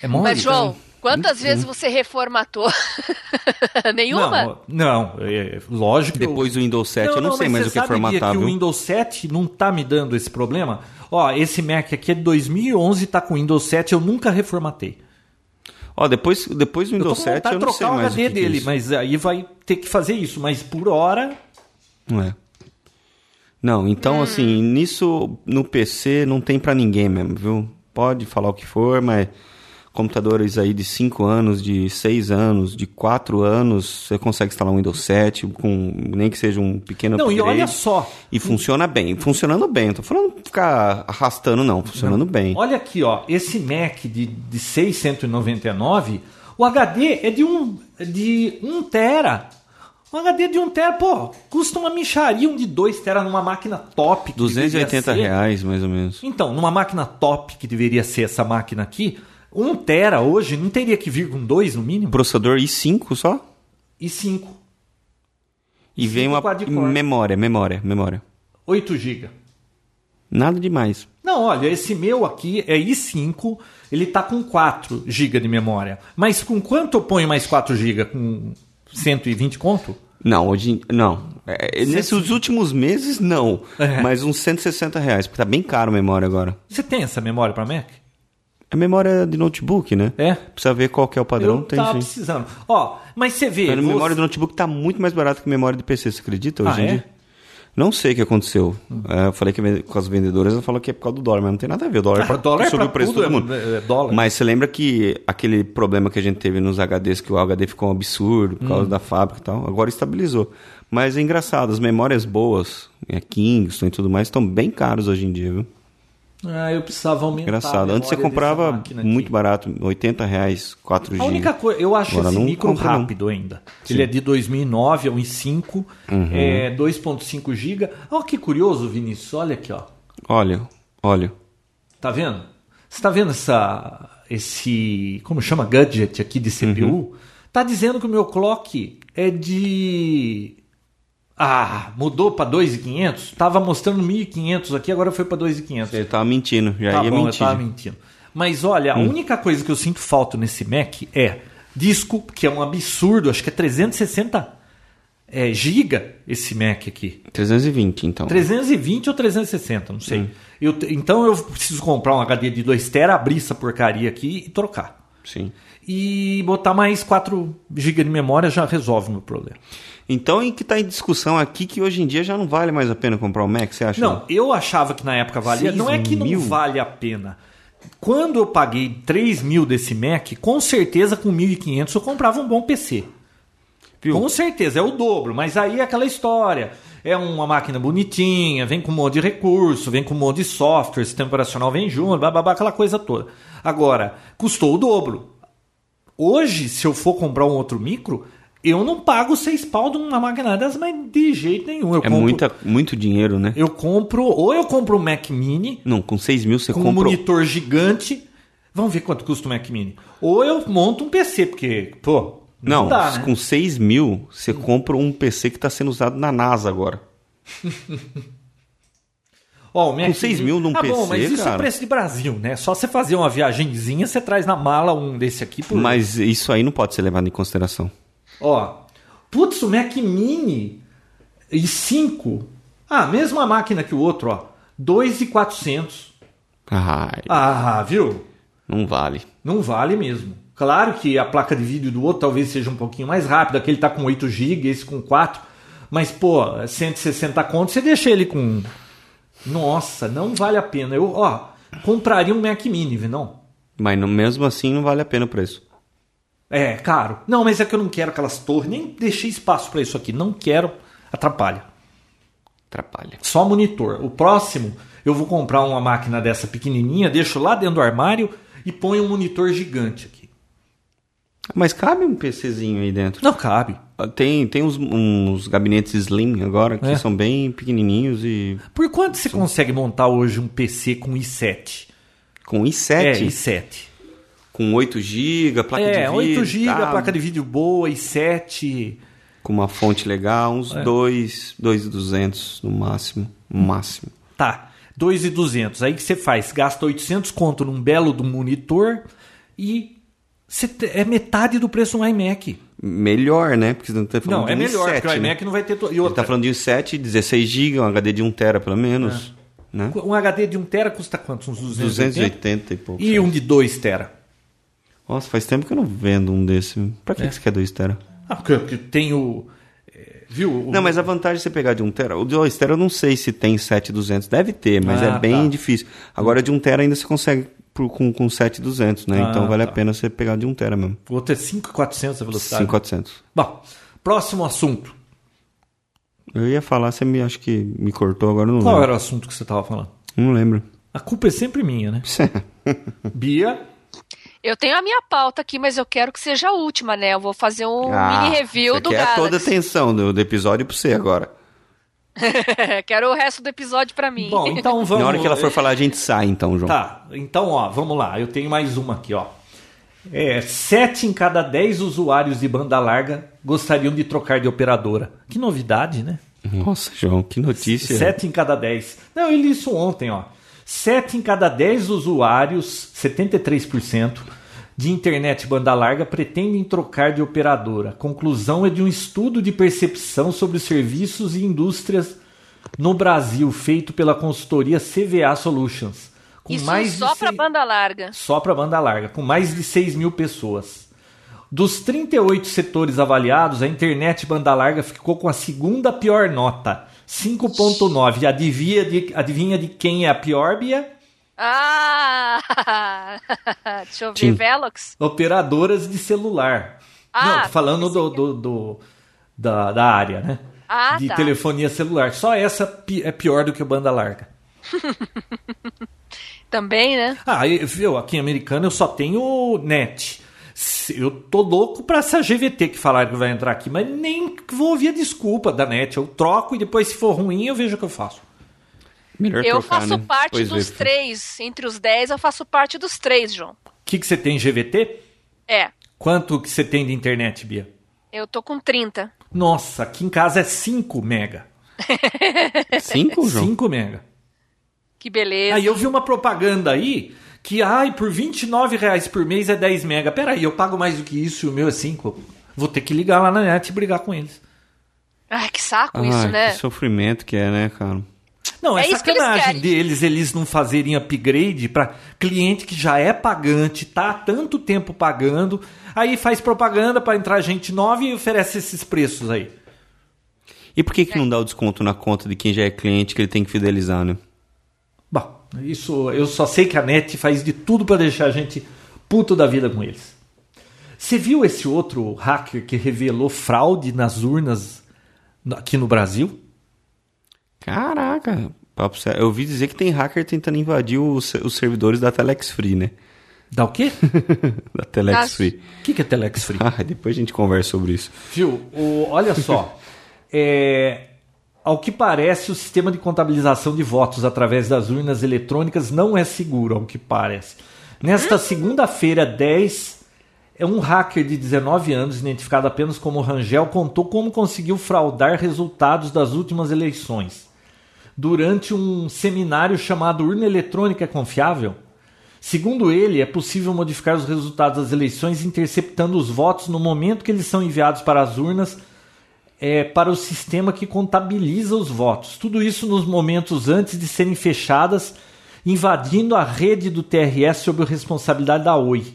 É mole? Mas, João, quantas Hum, vezes você reformatou? Nenhuma? Não, não, é, lógico. que eu- Depois do Windows 7, eu não, sei mais você o que é sabe, Gui, formatar, que viu? o Windows 7 não tá me dando esse problema? Ó, esse Mac aqui é de 2011, tá com Windows 7, eu nunca reformatei. Ó, depois, depois do Eu tô Windows com 7, vontade eu de não sei trocar o mais HD o que que é dele, isso. mas aí vai ter que fazer isso. Mas por hora, Não é. Não, então Hum. assim, nisso no PC não tem pra ninguém mesmo, viu? Pode falar o que for, mas computadores aí de 5 anos, de 6 anos, de 4 anos, você consegue instalar um Windows 7 com nem que seja um pequeno Não, e upgrade. olha só. E funciona bem, funcionando bem. Não tô falando ficar arrastando não, funcionando bem. olha aqui, ó. Esse Mac de, de 699, o HD é de 1 um, de um tera. Um HD de 1 um tera, pô, custa uma micharia um de 2 tera numa máquina top. que deveria 280 ser. reais mais ou menos. Então, numa máquina top, que deveria ser essa máquina aqui, 1 um tera hoje não teria que vir com 2 no mínimo? Processador i5 só? E 5. E vem uma quadricore. memória, memória, memória. 8 GB. Nada demais. Não, olha, esse meu aqui é i5, ele tá com 4 GB de memória. Mas com quanto eu ponho mais 4 GB? Com 120 conto? Não, hoje. em- Não. É, é, nesses últimos meses, não. É. Mas uns 160 reais, porque tá bem caro a memória agora. Você tem essa memória pra Mac? É memória de notebook, né? É. Precisa ver qual que é o padrão, eu tem tava sim. precisando. Ó, mas você vê. Mas a você- memória do notebook tá muito mais barata que a memória de PC, você acredita Ah, hoje em é? dia? Não sei o que aconteceu. É, eu falei que vende- com as vendedoras, ela falou que é por causa do dólar, mas não tem nada a ver. O dólar, Ah, pra- dólar é subiu pra o preço de tudo, todo mundo. é- é dólar. Mas você lembra que aquele problema que a gente teve nos HDs, que o HD ficou um absurdo por Hum. causa da fábrica e tal, agora estabilizou. Mas é engraçado, as memórias boas, é, Kingston e tudo mais, estão bem caros hoje em dia, viu? Ah, eu precisava aumentar. a Engraçado. Antes você É, memória dessa comprava máquina aqui. muito barato, 80 reais, 4G. A única coisa, eu acho Agora esse não micro compra, não. rápido ainda. Ele é de 2009, é um i5, Uhum. é 2.5 GB. Ó, que curioso, Vinícius, olha aqui, ó. Olha, olha. Tá vendo? Você tá vendo essa, esse, como chama, gadget aqui de CPU? Tá dizendo que o meu clock é de... Ah, mudou pra 2,500? Tava mostrando 1.500 aqui, agora foi pra 2,500. Ele tava mentindo, já Tá ia bom, eu mentir. tava mentindo. Mas olha, a única coisa que eu sinto falta nesse Mac é disco, que é um absurdo, acho que é 360 é, giga esse Mac aqui. 320, então. 320 ou 360, não sei. Eu te- então eu preciso comprar um HD de 2 tera, abrir essa porcaria aqui e trocar. Sim. E botar mais 4 GB de memória já resolve o meu problema. Então, em que tá em discussão aqui que hoje em dia já não vale mais a pena comprar o Mac, você acha? Não, eu achava que na época valia. Seis Não é que mil? não vale a pena. Quando eu paguei 3 mil desse Mac, com certeza com 1.500 eu comprava um bom PC. Viu? Com certeza, é o dobro. Mas aí é aquela história. É uma máquina bonitinha, vem com um monte de recurso, vem com um monte de software, sistema operacional vem junto, bababá, aquela coisa toda. Agora, custou o dobro. Hoje, se eu for comprar um outro micro, eu não pago seis pau de uma máquina dessas, mas de jeito nenhum. Eu É compro- muita, muito dinheiro, né? eu compro, ou eu compro um Mac Mini Não, com 6 mil você com um compra. monitor gigante. Vamos ver quanto custa o Mac Mini. Ou eu monto um PC, porque, pô, não, Não, dá, né? com 6 mil você compra um PC que tá sendo usado na NASA agora. Ó, o Mac com seis mil num ah, bom, PC, mas isso é cara. preço de Brasil, né? Só você fazer uma viagenzinha, você traz na mala um desse aqui por... Mas isso aí não pode ser levado em consideração. Ó, putz, o Mac Mini e 5. Ah, mesma máquina que o outro, ó. 2,400. Ai, Ah, viu? não vale. Não vale mesmo. Claro que a placa de vídeo do outro talvez seja um pouquinho mais rápida, aquele tá com 8 GB, esse com 4. Mas, pô, 160 conto, você deixa ele com. Nossa, não vale a pena. Eu, ó, compraria um Mac Mini, viu, não? Mas não- mesmo assim não vale a pena o preço. É, caro. Não, mas é que eu não quero aquelas torres, nem deixei espaço pra isso aqui. Não quero, atrapalha. Atrapalha. Só monitor. O próximo, Eu vou comprar uma máquina dessa pequenininha, deixo lá dentro do armário e ponho um monitor gigante aqui. Mas cabe um PCzinho aí dentro. Ah, Não cabe. Tem, tem uns, uns gabinetes slim agora que É. são bem pequenininhos e Por quanto você consegue montar hoje um PC com i7? com É, i7, i7. com 8 GB, placa de é, vídeo, 8 GB, tá? placa de vídeo boa, i7. com uma fonte legal, uns É. dois 2, 2,200 no máximo, no máximo. Tá, 2,200. Aí o que você faz? Gasta 800 conto num belo do monitor e você te- é metade do preço de um iMac. Melhor, né? Porque você não tá falando Não, de é um melhor, i7, porque o né? iMac não vai ter... To... E Ele outra, tá falando de um 7, 16 GB, um HD de 1 TB pelo menos, né? um HD de 1 tera custa quanto? Uns 280? 280 e pouco. E um de 2 tera. Nossa, faz tempo que eu não vendo um desse. Pra que, É. que você quer 2 TB? Ah, porque porque tem o... é, Viu? O- Não, mas a vantagem de você pegar de 1 tera, o de 2 tera eu não sei se tem 7200, deve ter, mas Ah, é bem tá. difícil. Agora de 1 tera ainda você consegue por- com, com 7200, né? Ah, então vale tá. a pena você pegar de 1 tera mesmo. O outro é 5,400 a velocidade. 5400. Bom, próximo assunto. Eu ia falar, você me acho que me cortou agora, eu não Qual lembro. era o assunto que você estava falando? Não lembro. A culpa é sempre minha, né? Bia, Eu tenho a minha pauta aqui, mas eu quero que seja a última, né? Eu vou fazer um mini review Ah, você do quer Galaxy. é toda a atenção do, do episódio pra você agora. quero o resto do episódio pra mim. bom, então vamos... Na hora que ela for falar, a gente sai então, João. Tá, então ó, vamos lá, eu tenho mais uma aqui, ó. É, 7 em cada 10 usuários de banda larga gostariam de trocar de operadora. Que novidade, né? Nossa, João, que notícia. 7 em cada 10. Não, eu li isso ontem, ó. 7 em cada 10 usuários, 73%, de internet banda larga pretendem trocar de operadora. A conclusão é de um estudo de percepção sobre serviços e indústrias no Brasil, feito pela consultoria CVA Solutions. Com Isso mais de só pra cem- banda larga. só para banda larga, com mais de 6 mil pessoas. Dos 38 setores avaliados, a internet banda larga ficou com a segunda pior nota, 5.9. Adivinha de, adivinha de quem é a pior, Bia? Ah! Deixa eu ver, Sim. Velox? Operadoras de celular. Ah, Não, falando do, do, do- da, da área, né? Ah, de tá. telefonia celular. Só essa pi- é pior do que a banda larga. Também, né? Ah, e, viu, aqui em Americana eu só tenho net. Se- Eu tô louco pra essa GVT que falaram que vai entrar aqui, mas nem vou ouvir a desculpa da net. Eu troco e depois, se for ruim, eu vejo o que eu faço. Melhor Eu trocar, faço né? parte Pois dos é. três. Entre os dez, eu faço parte dos três, João. O que, que você tem em GVT? É, Quanto que você tem de internet, Bia? eu tô com 30. Nossa, aqui em casa é 5 mega. Cinco, João? 5 mega. Que beleza. Aí Ah, eu vi uma propaganda aí que, ai, por 29 reais por mês é 10 mega. Peraí, eu pago mais do que isso e o meu é 5. Vou ter que ligar lá na net e brigar com eles. Ai, que saco Ah, isso, né? que sofrimento que é, né, cara? Não, é, É isso que eles sacanagem querem. deles eles não fazerem upgrade pra cliente que já é pagante, tá há tanto tempo pagando, aí faz propaganda pra entrar gente nova e oferece esses preços aí. E por É. que, que não dá o desconto na conta de quem já é cliente que ele tem que fidelizar, né? Bom, isso eu só sei que a net faz de tudo pra deixar a gente puto da vida com eles. Você viu esse outro hacker que revelou fraude nas urnas no- aqui no Brasil? Caraca, papo sério. Eu ouvi dizer que tem hacker tentando invadir os, se- os servidores da Telex Free, né? Dá o quê? Da Telex Das- Free. O que, que é Telex Free? Ah, depois a gente conversa sobre isso. Viu? O, olha só. É, ao que parece, o sistema de contabilização de votos através das urnas eletrônicas não é seguro, ao que parece. Nesta segunda-feira, 10, é um hacker de 19 anos, identificado apenas como Rangel, contou como conseguiu fraudar resultados das últimas eleições. Durante um seminário chamado Urna Eletrônica é Confiável, Segundo ele, é possível modificar os resultados das eleições interceptando os votos no momento que eles são enviados para as urnas é, para o sistema que contabiliza os votos. Tudo isso nos momentos antes de serem fechadas, invadindo a rede do TRS sob a responsabilidade da OI.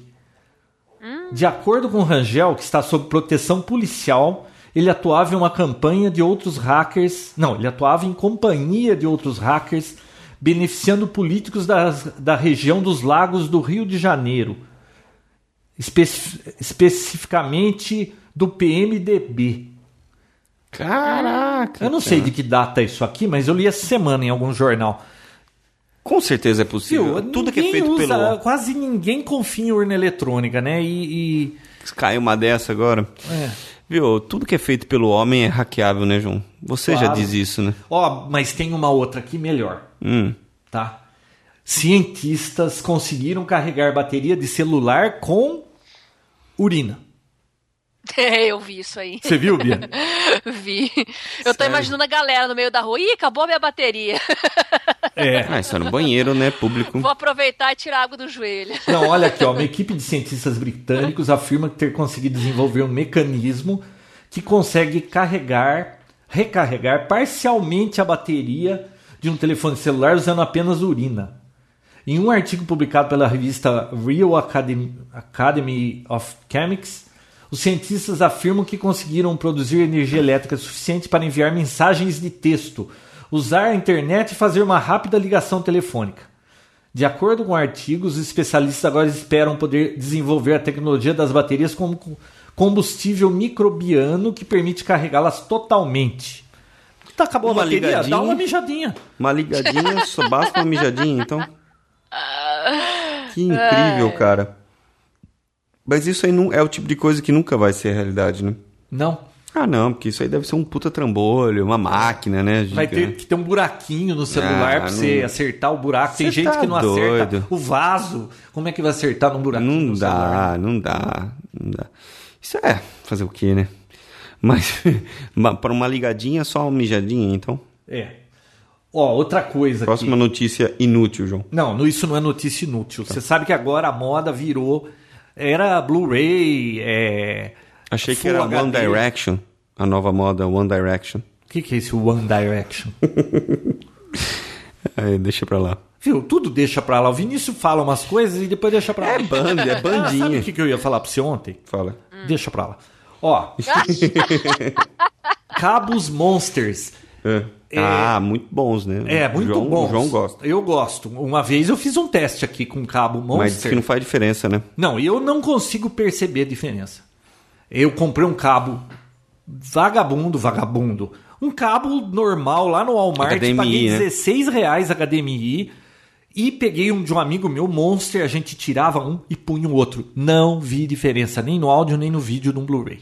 De acordo com Rangel, que está sob proteção policial, ele atuava em uma campanha de outros hackers. Não, ele atuava em companhia de outros hackers, beneficiando políticos das- da região dos lagos do Rio de Janeiro, especi- especificamente do PMDB. Caraca. é Eu não sei de que data isso aqui, mas eu li essa semana em algum jornal. Com certeza é possível. Tio, Tudo que é ninguém feito usa- pelo. Quase ninguém confia em urna eletrônica, né? E. e- Caiu uma dessa agora. é. Viu? Tudo que é feito pelo homem é hackeável, né, João? Você já Claro. diz isso, né? Ó, mas tem uma outra aqui melhor, Hum. tá? Cientistas conseguiram carregar bateria de celular com urina. É, eu vi isso aí. Você viu, Bia? Vi. Eu tô imaginando a galera no meio da rua. Ih, acabou a minha bateria. É. Ah, isso é no banheiro, né? Público. Vou aproveitar e tirar água do joelho. Não, olha aqui, ó, uma equipe de cientistas britânicos afirma ter conseguido desenvolver um mecanismo que consegue carregar, recarregar parcialmente a bateria de um telefone celular usando apenas urina. Em um artigo publicado pela revista Real Academ- Academy, of Chemics, os cientistas afirmam que conseguiram produzir energia elétrica suficiente para enviar mensagens de texto, usar a internet e fazer uma rápida ligação telefônica. De acordo com artigos, os especialistas agora esperam poder desenvolver a tecnologia das baterias como combustível microbiano que permite carregá-las totalmente. Tá, acabou Uma a bateria? ligadinha. Dá uma mijadinha. Uma ligadinha, só basta uma mijadinha, então. Que incrível, cara. Mas isso aí não é o tipo de coisa que nunca vai ser realidade, né? Não, Ah, não, porque isso aí deve ser um puta trambolho, uma máquina, né? Vai ter gigante. que ter um buraquinho no celular Ah, pra você não- acertar o buraco. Tem Você gente tá que não doido. acerta o vaso. Como é que vai acertar num buraquinho Não no celular? né? dá, não dá, não dá. Isso é fazer o quê, né? Mas ma- para uma ligadinha, só uma mijadinha, então. É. Ó, outra coisa Próxima aqui. notícia inútil, João. Não, no- isso não é notícia inútil. Você sabe que agora a moda virou... Era Blu-ray, é... Achei que Full era One HD. Direction, a nova moda One Direction. O que, que é esse One Direction? É, deixa pra lá. Viu? Tudo deixa pra lá. O Vinícius fala umas coisas e depois deixa pra lá. É banda, Sabe é bandinha. o que, que eu ia falar pra você ontem? Fala. Deixa pra lá. Ó... Cabos Monsters. É. Ah, muito bons, né? É, O muito João, bom. O João gosta. Eu gosto. Uma vez eu fiz um teste aqui com cabo Mas diz que Monster. não faz diferença, né? Não, e eu não consigo perceber a diferença. Eu comprei um cabo vagabundo, vagabundo. Um cabo normal lá no Walmart, HDMI, paguei né? 16 reais HDMI e peguei um de um amigo meu, Monster, a gente tirava um e punha o outro. Não vi diferença, nem no áudio, nem no vídeo de um Blu-ray.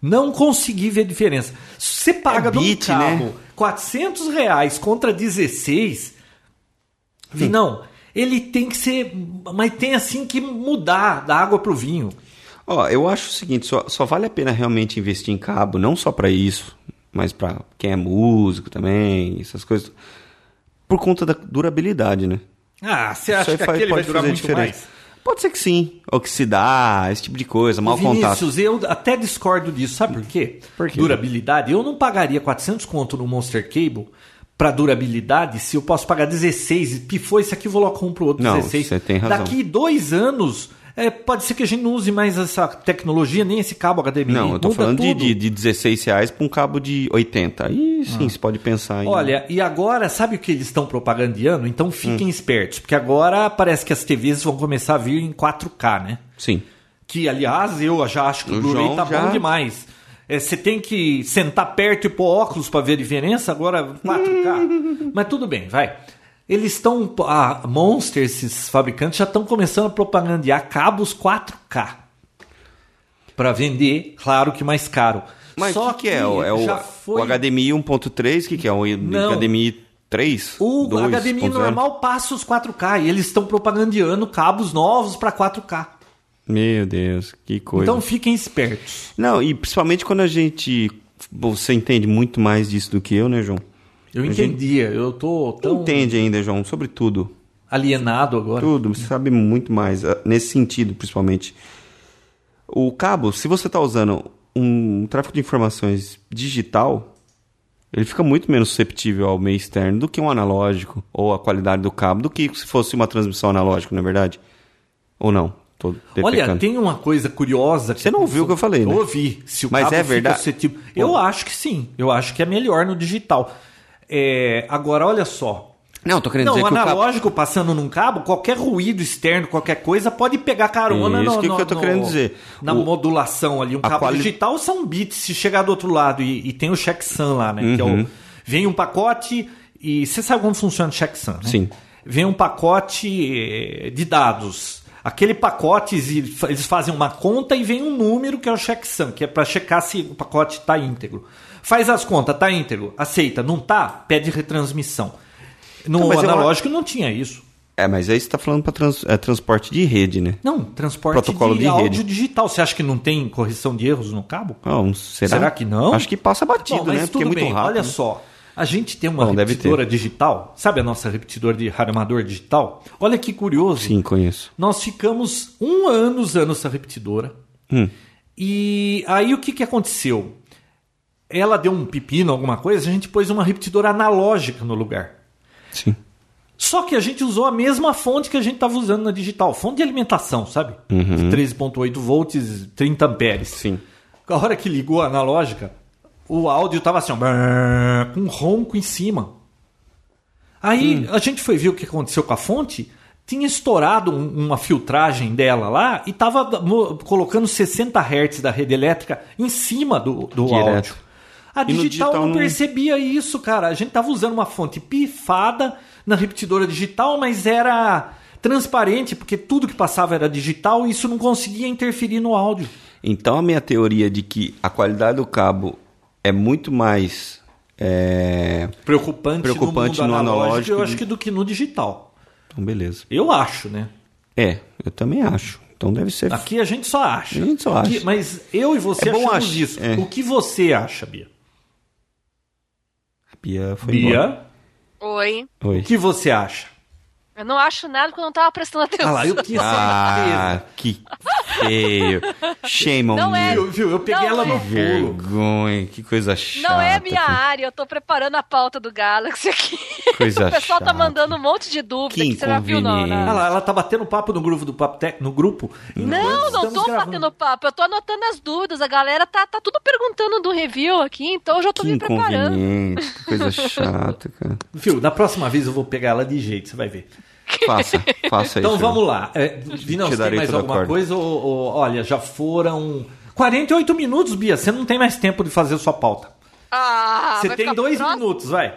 Não consegui ver diferença. Se Você paga num bit, cabo né? 400 reais contra 16, vi, não, ele tem que ser, mas tem assim que mudar da água pro vinho. Ó, eu acho o seguinte, só, só vale a pena realmente investir em cabo, não só pra isso, mas pra quem é músico também, essas coisas. Por conta da durabilidade, né? Ah, você Isso aí acha que faz- aquele vai durar muito mais? Pode ser que sim. Oxidar, esse tipo de coisa, mau contato. Vinícius, eu até discordo disso, sabe por quê? Por quê? Durabilidade. Eu não pagaria 400 conto no Monster Cable pra durabilidade se eu posso pagar 16 e pifou isso aqui, eu vou logo um pro outro Não, 16. você tem razão. Daqui dois anos, é, pode ser que a gente não use mais essa tecnologia, nem esse cabo HDMI. Não, eu tô Muda falando de, tudo. de, de 16 reais pra um cabo de 80. Aí sim, você pode pensar em... Ah. Olha, e agora, sabe o que eles estão propagandeando? Então Hum. fiquem espertos, porque agora parece que as TVs vão começar a vir em 4K, né? Sim. Que, aliás, eu já acho que o O Blu-ray João tá já- bom demais. É, Você tem que sentar perto e pôr óculos para ver a diferença, agora 4K. Mas tudo bem, vai. Eles estão. A Monster, esses fabricantes, já estão começando a propagandear cabos 4K. Para vender, claro que mais caro. Mas o que, que é? O- É o, já o HDMI 1.3, o que, que é? O Não. HDMI 3? O 2.0? HDMI normal passa os 4K e eles estão propagandeando cabos novos para 4K. Meu Deus, que coisa. Então fiquem espertos. Não, e principalmente quando a gente. Você entende muito mais disso do que eu, né, João? Eu entendia, eu tô tão Entende ainda, João, sobre tudo. alienado agora. Tudo, você sabe muito mais, ah, nesse sentido, principalmente. O cabo, se você está usando um tráfego de informações digital, ele fica muito menos susceptível ao meio externo do que um analógico, ou a qualidade do cabo, do que se fosse uma transmissão analógica, não é verdade? Ou não? Tô Olha, depecando. tem uma coisa curiosa. Você não ouviu o que eu falei, né? Ouvi. Se o Mas cabo é fica verdade? suscetível- Eu acho que sim. Eu acho que é melhor no digital. É, agora, olha só. Não, tô querendo Não, dizer o que o cabo... analógico passando num cabo, qualquer ruído externo, qualquer coisa, pode pegar carona Isso no- que- no- que eu tô no- querendo dizer. na O- modulação ali. Um a cabo quali- digital são bits, se chegar do outro lado e, e tem o Uhum. checksum lá, né? Que é o- vem um pacote e você sabe como funciona o checksum, né? Sim. vem um pacote eh, de dados. Aquele pacote, exi- fa- eles fazem uma conta e vem um número que é o checksum, que é para checar se o pacote está íntegro. Faz as contas, tá íntegro, aceita, não tá, pede retransmissão. No Então, mas eu- analógico não tinha isso. É, mas aí você tá falando para transporte de rede, né? Não, transporte Protocolo de, de áudio rede. digital. Você acha que não tem correção de erros no cabo? Ah, um- será? Será que não? Acho que passa batido, Bom, mas né? Porque tudo é muito bem, rápido. olha né? só. A gente tem uma Bom, deve repetidora digital, sabe a nossa repetidora de rádio amador digital? Olha que curioso. Sim, conheço. Nós ficamos um ano usando essa repetidora. Hum. E aí o que, que aconteceu? Ela deu um pepino, alguma coisa, a gente pôs uma repetidora analógica no lugar. Sim. Só que a gente usou a mesma fonte que a gente estava usando na digital, fonte de alimentação, sabe? De 13,8 volts, 30 amperes. Uhum. Sim. A hora que ligou a analógica, o áudio tava assim, ó, brrr, com um ronco em cima. Hum. Aí a gente foi ver o que aconteceu com a fonte. Tinha estourado um- uma filtragem dela lá e tava mo- colocando 60 Hz da rede elétrica em cima do, do Direto. áudio. A E no digital, digital não não- percebia isso, cara. A gente tava usando uma fonte pifada na repetidora digital, mas era transparente, porque tudo que passava era digital e isso não conseguia interferir no áudio. Então a minha teoria de que a qualidade do cabo é muito mais. é, preocupante, Preocupante no mundo no analógico, analógico eu de- acho que do que no digital. Então, beleza. Eu acho, né? É, eu também acho. Então deve ser. Aqui a gente só acha. A gente só Aqui- acha. Mas eu e você É bom achamos achar, isso. é. O que você acha, Bia? A Bia foi embora. Bia, Oi. o Oi. que você acha? Eu não acho nada porque eu não tava prestando atenção. Ah lá, eu tinha certeza. Ah, que feio. Shame on Não é- you. Viu, viu? Eu peguei Não, ela no é. Que pulo. vergonha, que coisa chata. Não é minha que área, eu tô preparando a pauta do Galaxy aqui. Coisa o pessoal tá chata. mandando um monte de dúvida Que que, você não viu, não, né? Ah lá, ela tá batendo papo no grupo do Papo Tec, no grupo. Não, Enquanto não estamos tô gravando. batendo papo, eu tô anotando as dúvidas, a galera tá, tá tudo perguntando do review aqui, então eu já tô Que me preparando. inconveniente, que coisa chata, cara. Viu, da próxima vez eu vou pegar ela de jeito, você vai ver. Faça, faça Então isso. vamos lá. É, Vinão, Tá você tem Te darei mais toda a alguma corda. coisa? Ou, ou- olha, já foram 48 minutos, Bia. Você não tem mais tempo de fazer sua pauta. Ah, você vai tem ficar pro dois próximo? minutos, vai.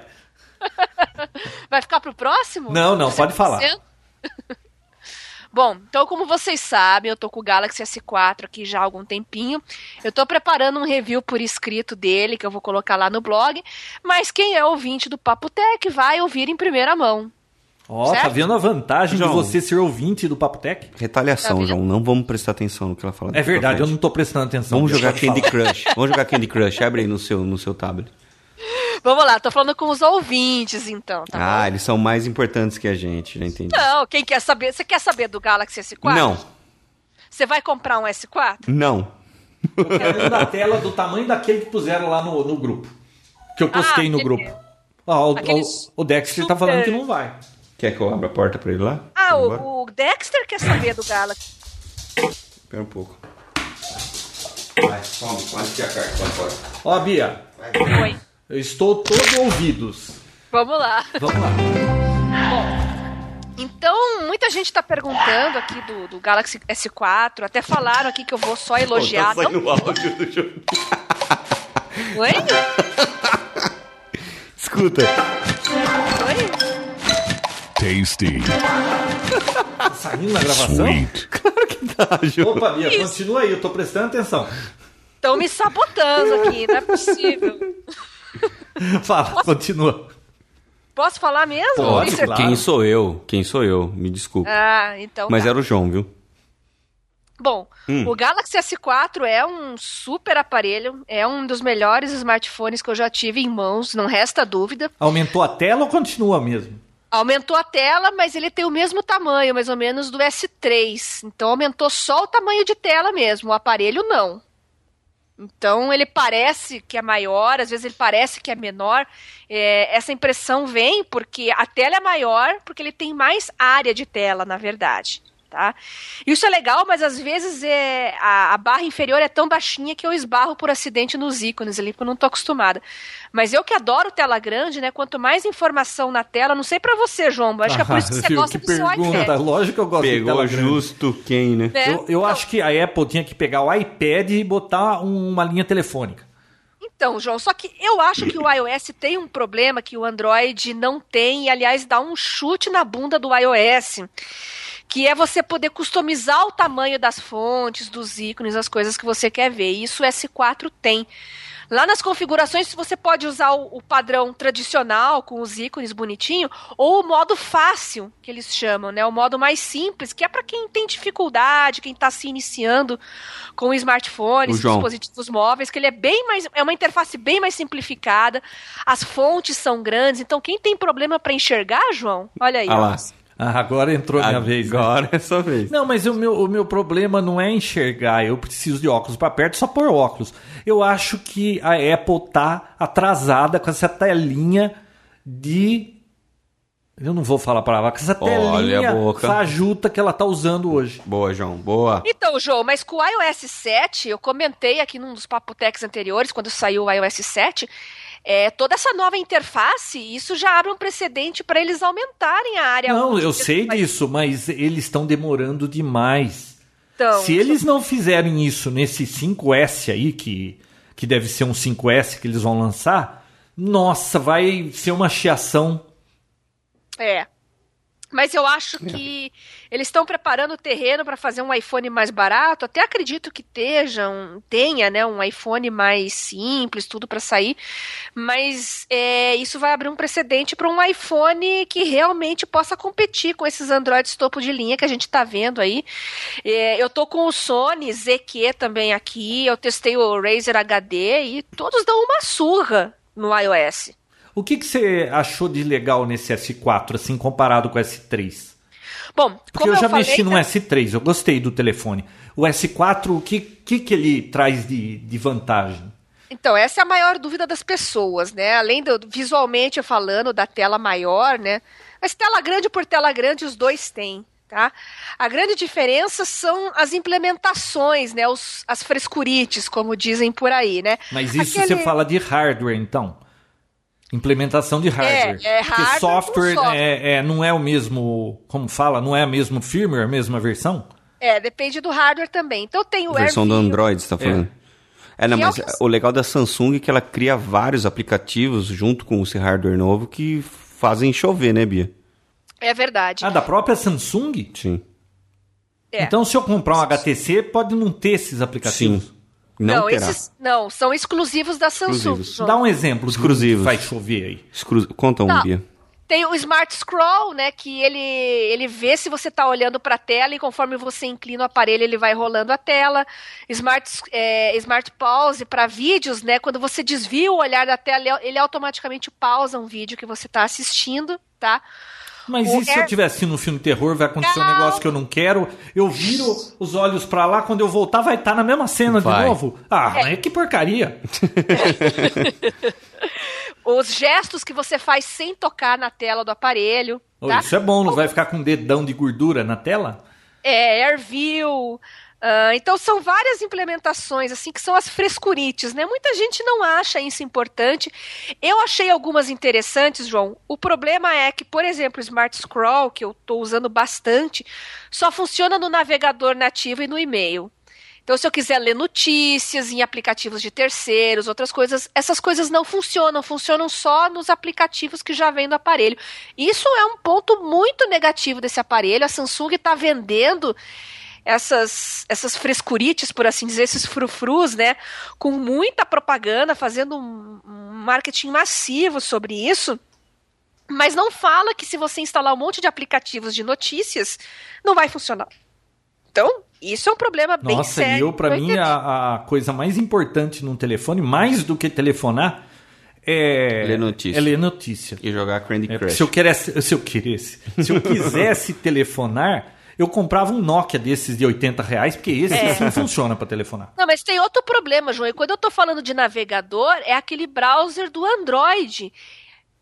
Vai ficar pro próximo? Não, não, pode falar. Bom, então como vocês sabem, eu tô com o Galaxy S4 aqui já há algum tempinho. Eu tô preparando um review por escrito dele, que eu vou colocar lá no blog. Mas quem é ouvinte do Papo Tech vai ouvir em primeira mão. Ó, tá Certo? vendo a vantagem de João. você ser ouvinte do Papo Tech? Retaliação, Tá vendo? João. Não vamos prestar atenção no que ela fala. É daqui pra verdade, eu frente. não tô prestando atenção. Vamos Bia, jogar pode Candy falar. Crush. Vamos jogar Candy Crush. Abre aí no seu, no seu tablet. Vamos lá, tô falando com os ouvintes então, tá ah, bom? Tá, eles são mais importantes que a gente, já entendi. Não, quem quer saber? Você quer saber do Galaxy S4? Não, Você vai comprar um S4? não. Eu quero um da tela do tamanho daquele que puseram lá no, no grupo. Que eu postei Ah, no aquele- grupo. Ó, o, aquele o- o Dexter tá super- falando que não vai. Quer que eu abra a porta pra ele lá? Ah, Vamos embora? o, o Dexter quer saber do Galaxy. Espera um pouco. Vai, toma, quase que a carta vai fora. Ó, Bia, Oi. eu estou todo ouvidos. Vamos lá. Vamos lá. Então, muita gente tá perguntando aqui do, do Galaxy S4, até falaram aqui que eu vou só elogiar. Tá não saindo o áudio do jogo. foi? Escuta, Foi? Tasty. Tá Saindo na gravação? Sweet. tá, João. Opa, Bia, Isso. continua aí, eu tô prestando atenção. Estão me sabotando aqui, não é possível. Fala, continua. Posso falar mesmo? Pode, Tem certeza? claro. tipo, Quem sou eu? Quem sou eu? Me desculpa. Ah, então. Mas tá. era Hum. o João, viu? Bom, o Galaxy S4 é um super aparelho, é um dos melhores smartphones que eu já tive em mãos, não resta dúvida. Aumentou a tela ou continua mesmo? Aumentou a tela, mas ele tem o mesmo tamanho, mais ou menos, do S3. Então aumentou só o tamanho de tela mesmo, o aparelho não. Então ele parece que é maior, às vezes ele parece que é menor. É, essa impressão vem porque a tela é maior, porque ele tem mais área de tela, na verdade. Tá? Isso é legal, mas às vezes é, a, a barra inferior é tão baixinha que eu esbarro por acidente nos ícones ali, porque eu não estou acostumada. Mas eu que adoro tela grande, né? Quanto mais informação na tela, não sei pra você, João, mas acho que é por isso que Ah, você viu, gosta que do seu pergunta. É iPad. Lógico que eu gosto de Pegou tela grande. justo quem, né? né? Eu, eu Então- acho que a Apple tinha que pegar o iPad e botar um- uma linha telefônica. Então, João, só que eu acho que o iOS tem um problema que o Android não tem, e aliás dá um chute na bunda do iOS, que é você poder customizar o tamanho das fontes, dos ícones, as coisas que você quer ver. E isso o S4 tem. Lá nas configurações você pode usar o, o padrão tradicional com os ícones bonitinho ou o modo fácil que eles chamam, né? O modo mais simples que é para quem tem dificuldade, quem está se iniciando com Ô, smartphones, João. dispositivos móveis, que ele é bem mais é uma interface bem mais simplificada. As fontes são grandes, então quem tem problema para enxergar, João, olha aí. Ah lá. Ah, agora entrou minha vez. né? Agora é sua vez. Não, mas o meu, o meu problema não é enxergar. Eu preciso de óculos para perto, só por óculos. Eu acho que a Apple tá atrasada com essa telinha de. Eu não vou falar a palavra, com essa Olha a telinha boca. fajuta que ela tá usando hoje. Boa, João. Boa. Então, João, mas com o iOS 7, eu comentei aqui num dos papotecs anteriores, quando saiu o iOS 7, é, toda essa nova interface, isso já abre um precedente para eles aumentarem a área. Não, onde eu eles sei fazem- disso, mas eles estão demorando demais. Então, Se eles não fizerem isso nesse 5S aí, que, que deve ser um 5S que eles vão lançar, nossa, vai ser uma chiação. É. Mas eu acho que eles estão preparando o terreno para fazer um iPhone mais barato. Até acredito que esteja um- tenha, né, um iPhone mais simples, tudo para sair. Mas é, isso vai abrir um precedente para um iPhone que realmente possa competir com esses Androids topo de linha que a gente está vendo aí. É, eu tô com o Sony ZQ também aqui. Eu testei o Razer HD e todos dão uma surra no iOS. O que, que você achou de legal nesse S4, assim, comparado com o S3? Bom, Porque como eu, já falei, mexi num né? S3, eu gostei do telefone. O S4, o que, que, que ele traz de, de vantagem? Então, essa é a maior dúvida das pessoas, né? Além do visualmente falando da tela maior, né? Mas tela grande por tela grande os dois têm, tá? A grande diferença são as implementações, né? Os- as frescurites, como dizem por aí, né? Mas isso Aquele- você fala de hardware, então. Implementação de hardware. é hardware Porque com software, software. É, é, não é o mesmo, como fala, não é a mesma firmware, a mesma versão? É, depende do hardware também. Então tem o versão do AirView, Android, você tá falando. É, não, Que é mas o que- o legal da Samsung é que ela cria vários aplicativos junto com esse hardware novo que fazem chover, né, Bia? É verdade. Ah, da própria Samsung? Sim. É. Então, se eu comprar um HTC, pode não ter esses aplicativos. Sim. Não, terá. esses não, são exclusivos da Samsung. Exclusivos. João. Dá um exemplo de um que Exclusivos. vai chover aí. Exclu- Conta um, Tá. Bia. Tem o Smart Scroll, né, que ele, ele vê se você está olhando para a tela e conforme você inclina o aparelho, ele vai rolando a tela. Smart, é, Smart Pause para vídeos, né, quando você desvia o olhar da tela, ele automaticamente pausa um vídeo que você está assistindo, tá? Mas O é- e se eu Air- estiver assistindo um filme de terror, vai acontecer um Calma. negócio que eu não quero, eu viro os olhos pra lá, quando eu voltar vai estar na mesma cena Vai. de novo? Ah, é. que porcaria. Os gestos que você faz sem tocar na tela do aparelho, Ô, tá? Isso é bom, não vai ficar com um dedão de gordura na tela? É, AirView. ah, então são várias implementações assim que são as frescurites, né? Muita gente não acha isso importante. Eu achei algumas interessantes, João. O problema é que, por exemplo, o Smart Scroll, que eu estou usando bastante, só funciona no navegador nativo e no e-mail. Então, se eu quiser ler notícias em aplicativos de terceiros, outras coisas, essas coisas não funcionam, funcionam só nos aplicativos que já vem do aparelho. Isso é um ponto muito negativo desse aparelho. A Samsung está vendendo essas, essas frescurites, por assim dizer, esses frufrus, né? Com muita propaganda, fazendo um, um marketing massivo sobre isso. Mas não fala que se você instalar um monte de aplicativos de notícias, não vai funcionar. Então, isso é um problema bem Nossa, sério. e eu, pra pra mim, a, a coisa mais importante num telefone, mais do que telefonar, é... Ler notícia. É ler notícia. E jogar Candy É, Crush. se eu quisesse, se eu queresse, se eu quisesse telefonar, eu comprava um Nokia desses de 80 reais, porque esse É. não funciona pra telefonar. Não, mas tem outro problema, João. E quando eu tô falando de navegador, é aquele browser do Android.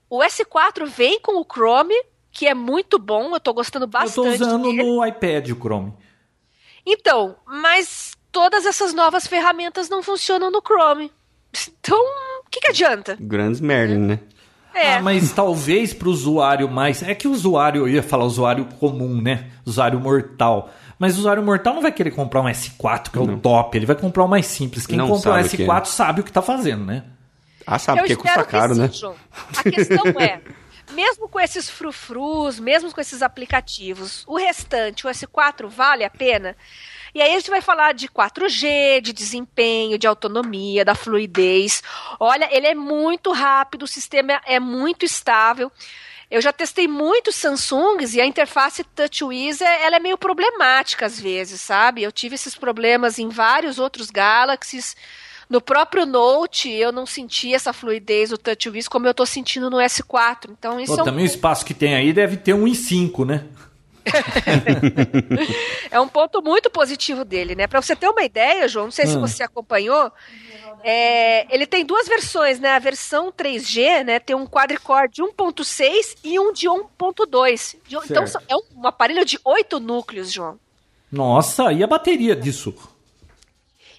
O S4 vem com o Chrome, que é muito bom, eu tô gostando Eu tô bastante. usando dele. no iPad o Chrome. Então, mas todas essas novas ferramentas não funcionam no Chrome. Então, o que, que adianta? Grandes merda, né? É. Ah, mas talvez para o usuário mais. É que o usuário, eu ia falar usuário comum, né? Usuário mortal. Mas o usuário mortal não vai querer comprar um S4, que é o top. Ele vai comprar o mais simples. Quem Não compra um sabe o que é. S4 sabe o que tá fazendo, né? Ah, sabe, eu porque custa espero caro, que né? sim, João. A questão é, mesmo com esses frufrus, mesmo com esses aplicativos, o restante, o S4, vale a pena? E aí a gente vai falar de 4G, de desempenho, de autonomia, da fluidez. Olha, ele é muito rápido, o sistema é muito estável. Eu já testei muitos Samsungs e a interface TouchWiz é, ela é meio problemática às vezes, sabe? Eu tive esses problemas em vários outros Galaxies. No próprio Note, eu não senti essa fluidez do TouchWiz como eu tô sentindo no S4. Então, isso Pô, é um também o espaço que tem aí deve ter um em cinco, né? É um ponto muito positivo dele, né? Para você ter uma ideia, João, não sei se Ah. você acompanhou, é, ele tem duas versões, né? A versão 3G, né, tem um quadricore de 1.6 e um de 1.2. De- Certo. Então são- é um aparelho de oito núcleos, João. Nossa, e a bateria disso?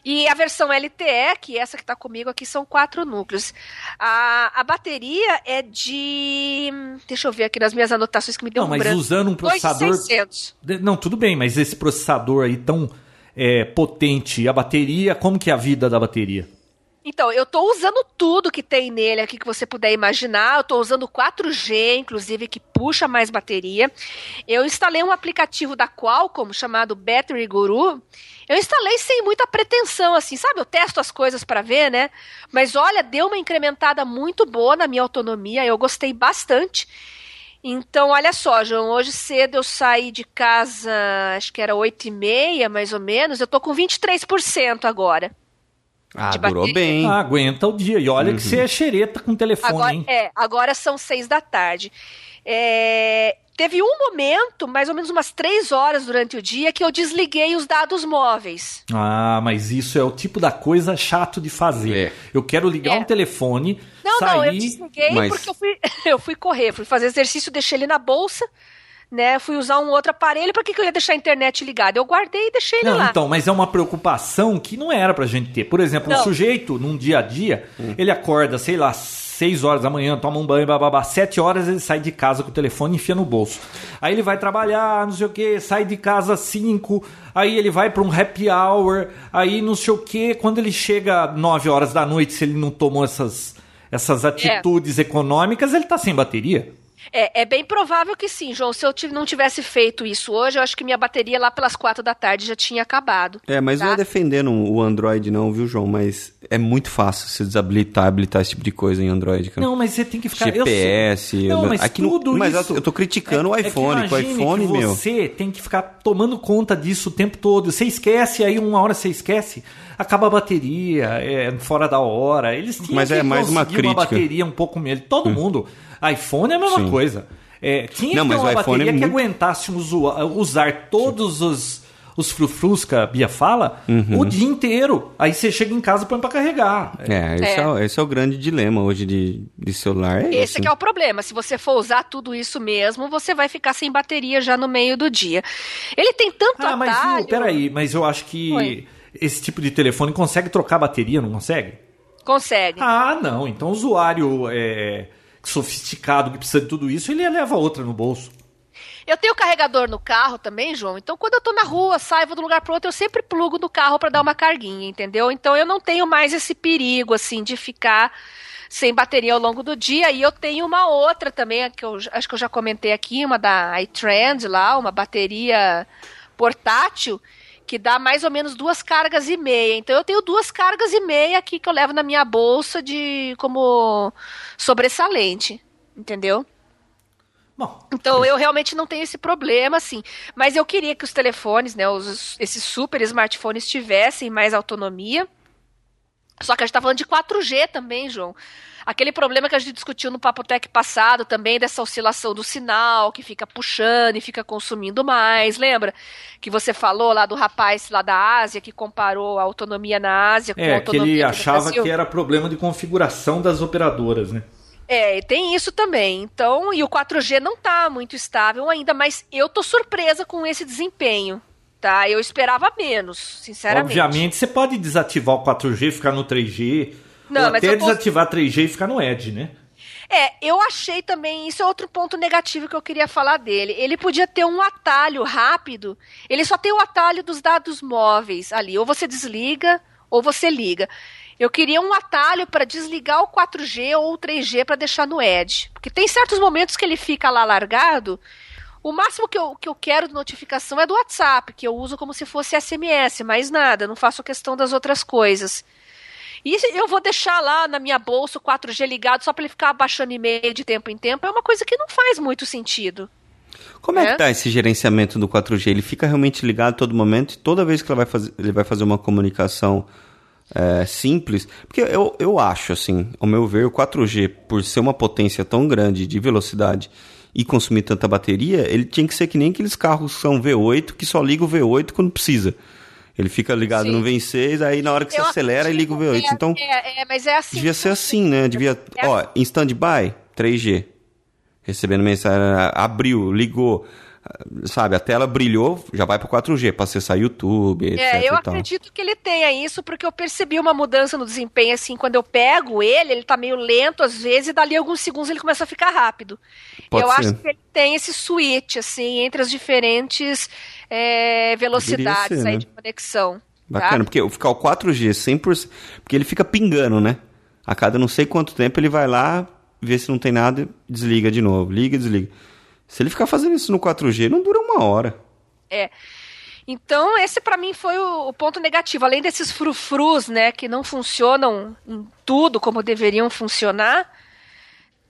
E a versão LTE, que é essa que está comigo aqui, são quatro núcleos. A, a bateria é de. Deixa eu ver aqui nas minhas anotações que me deu Não, um mas branco. usando um processador- 2.600. De- Não, tudo bem, mas esse processador aí tão é, potente, a bateria, como que é a vida da bateria? Então, eu tô usando tudo que tem nele aqui que você puder imaginar. Eu tô usando 4G, inclusive, que puxa mais bateria. Eu instalei um aplicativo da Qualcomm chamado Battery Guru. Eu instalei sem muita pretensão, assim, sabe? Eu testo as coisas para ver, né? Mas olha, deu uma incrementada muito boa na minha autonomia. Eu gostei bastante. Então, olha só, João, hoje cedo eu saí de casa, acho que era 8 e meia, mais ou menos. Eu tô com 23% agora. Ah, de durou bateria. bem. Ah, aguenta o dia. E olha que você é xereta com telefone, Agora, hein? é, agora são seis da tarde. É, teve um momento, mais ou menos umas três horas durante o dia, que eu desliguei os dados móveis. Ah, mas isso é o tipo da coisa chato de fazer. É. Eu quero ligar É. um telefone, Não, sair... não, eu desliguei mas- porque eu fui, eu fui correr, fui fazer exercício, deixei ele na bolsa, né? Fui usar um outro aparelho, pra que, que eu ia deixar a internet ligada? Eu guardei e deixei ele Não, lá. então, mas é uma preocupação que não era pra gente ter. Por exemplo, um Não. sujeito, num dia a dia, ele acorda, sei lá, 6 horas da manhã, toma um banho, bababá, 7 horas ele sai de casa com o telefone e enfia no bolso. Aí ele vai trabalhar, não sei o que, sai de casa às 5, aí ele vai pra um happy hour, aí não sei o que, quando ele chega 9 horas da noite, se ele não tomou essas, essas atitudes econômicas, ele tá sem bateria. É, é bem provável que sim, João. Se eu tive- não tivesse feito isso hoje, eu acho que minha bateria lá pelas quatro da tarde já tinha acabado. É, mas tá? não é defendendo o Android não, viu, João? Mas é muito fácil se desabilitar, habilitar esse tipo de coisa em Android, cara. Não, mas você tem que ficar... eu sei- GPS... Não, mas aqui tudo não, mas isso... eu tô criticando o É que iPhone, com o imagine iPhone, que meu... Você tem que ficar tomando conta disso o tempo todo. Você esquece, aí uma hora você esquece, acaba a bateria, é fora da hora. Eles tinham Mas que é mais uma conseguir crítica. Hum. bateria um pouco melhor. Todo mundo. iPhone é a mesma Sim. coisa. É, tinha Não, que ter mas uma o iPhone bateria é que muito- aguentasse usua- usar todos os, os frufrus que a Bia fala Uhum. o dia inteiro. Aí você chega em casa e põe pra carregar. É, esse é. o- esse é o grande dilema hoje de, de celular. É Esse assim. isso. que é o problema. Se você for usar tudo isso mesmo, você vai ficar sem bateria já no meio do dia. Ele tem tanto Ah, mas atalho. viu, peraí, mas eu acho que Oi. esse tipo de telefone consegue trocar a bateria, não consegue? Consegue. Ah, não. Então o usuário é, sofisticado que precisa de tudo isso, ele leva outra no bolso. Eu tenho carregador no carro também, João. Então, quando eu tô na rua, saio vou de um lugar pro outro, eu sempre plugo no carro pra dar uma carguinha, entendeu? Então, eu não tenho mais esse perigo, assim, de ficar sem bateria ao longo do dia. E eu tenho uma outra também, que eu j- acho que eu já comentei aqui, uma da iTrend lá, uma bateria portátil, que dá mais ou menos duas cargas e meia. Então, eu tenho duas cargas e meia aqui que eu levo na minha bolsa de como sobressalente, entendeu? Bom, Então eu realmente não tenho esse problema, assim. Mas eu queria que os telefones, né, os- esses super smartphones tivessem mais autonomia. Só que a gente tá falando de 4G também, João. Aquele problema que a gente discutiu no Papotec passado também, dessa oscilação do sinal, que fica puxando e fica consumindo mais. Lembra que você falou lá do rapaz lá da Ásia, que comparou a autonomia na Ásia com a é que autonomia ele aqui no achava Brasil? que era problema de configuração das operadoras, né? É, e tem isso também. Então, e o 4G não tá muito estável ainda, mas eu tô surpresa com esse desempenho, tá? Eu esperava menos, sinceramente. Obviamente, você pode desativar o 4G e ficar no 3G, Não, ou mas até eu cons- desativar 3G e ficar no Edge, né? É, eu achei também, isso é outro ponto negativo que eu queria falar dele. Ele podia ter um atalho rápido. Ele só tem o atalho dos dados móveis ali, ou você desliga ou você liga. Eu queria um atalho para desligar o 4G ou o 3G para deixar no Edge. Porque tem certos momentos que ele fica lá largado. O máximo que eu, que eu quero de notificação é do WhatsApp, que eu uso como se fosse SMS, mais nada, não faço questão das outras coisas. E se eu vou deixar lá na minha bolsa o 4G ligado só para ele ficar baixando e-mail de tempo em tempo, é uma coisa que não faz muito sentido. Como é, É. que tá esse gerenciamento do 4G? Ele fica realmente ligado a todo momento e toda vez que ela vai fazer, ele vai fazer uma comunicação é, simples? Porque eu, eu acho, assim, ao meu ver, o 4G, por ser uma potência tão grande de velocidade e consumir tanta bateria, ele tinha que ser que nem aqueles carros que são V8 que só liga o V8 quando precisa. Ele fica ligado Sim. no V6, aí na hora que você Eu acelera, ele liga o V8. acredito, é, Então, é, é, mas é assim. Devia ser assim, né? Devia. É Ó, em stand-by, 3G. Recebendo mensagem, abriu, ligou. Sabe, a tela brilhou, já vai pro 4G, pra acessar YouTube, etc. É, eu e tal. acredito que ele tenha isso, porque eu percebi uma mudança no desempenho, assim, quando eu pego ele, ele tá meio lento às vezes, e dali alguns segundos ele começa a ficar rápido. Pode eu ser. acho que ele tem esse switch, assim, entre as diferentes é, velocidades ser, aí né? de conexão. Bacana, Tá? porque eu ficar o 4G 100%, porque ele fica pingando, né? A cada não sei quanto tempo ele vai lá, vê se não tem nada, desliga de novo, liga, desliga. Se ele ficar fazendo isso no 4G, não dura uma hora. Então, esse pra mim foi o, o ponto negativo. Além desses frufrus, né, que não funcionam em tudo como deveriam funcionar,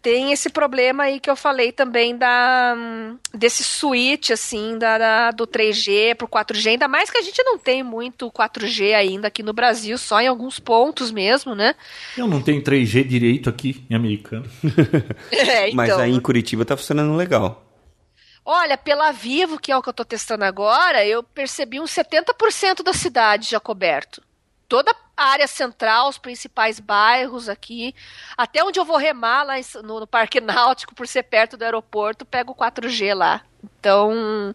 tem esse problema aí que eu falei também da hum, desse switch, assim, da, da- do 3G pro 4G. Ainda mais que a gente não tem muito 4G ainda aqui no Brasil, só em alguns pontos mesmo, né? Eu não tenho 3G direito aqui em americano. É, Mas aí em Curitiba tá funcionando legal. Olha, pela Vivo, que é o que eu estou testando agora, eu percebi um uns 70% da cidade já coberto. Toda a área central, os principais bairros aqui, até onde eu vou remar lá em S- no, no Parque Náutico, por ser perto do aeroporto, pego o 4G lá. Então,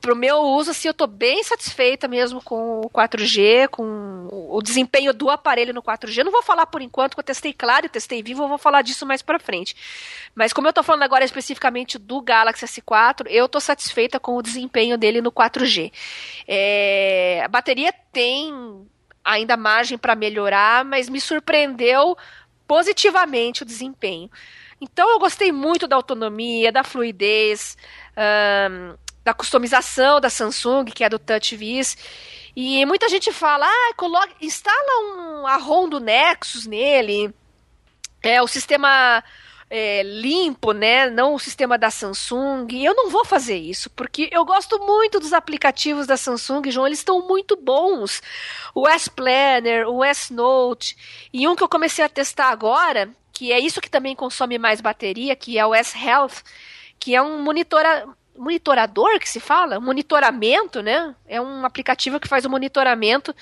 pro meu uso, assim, eu tô bem satisfeita mesmo com o 4G, com o o desempenho do aparelho no 4G. Eu não vou falar por enquanto, que eu testei claro e testei vivo, eu vou falar disso mais pra frente. Mas como eu tô falando agora especificamente do Galaxy S4, eu tô satisfeita com o desempenho dele no 4G. É, a bateria tem ainda margem para melhorar, mas me surpreendeu positivamente o desempenho. Então eu gostei muito da autonomia, da fluidez, ahn, da customização da Samsung, que é do TouchWiz. E muita gente fala, ah, coloca, instala um a ROM do Nexus nele, é o sistema é, limpo, né? Não o sistema da Samsung. E eu não vou fazer isso, porque eu gosto muito dos aplicativos da Samsung, João. Eles estão muito bons. O S Planner, o S Note e um que eu comecei a testar agora, que é isso que também consome mais bateria, que é o S Health, que é um monitora- monitorador que se fala, monitoramento, né? É um aplicativo que faz o monitoramento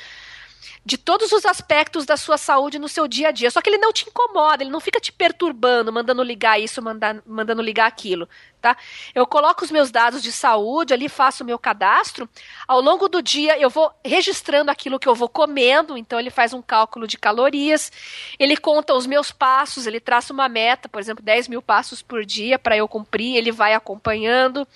de todos os aspectos da sua saúde no seu dia a dia. Só que ele não te incomoda, ele não fica te perturbando, mandando ligar isso, mandar, mandando ligar aquilo, tá? Eu coloco os meus dados de saúde, ali faço o meu cadastro. Ao longo do dia eu vou registrando aquilo que eu vou comendo, então ele faz um cálculo de calorias, ele conta os meus passos, ele traça uma meta, por exemplo, 10 mil passos por dia para eu cumprir, ele vai acompanhando.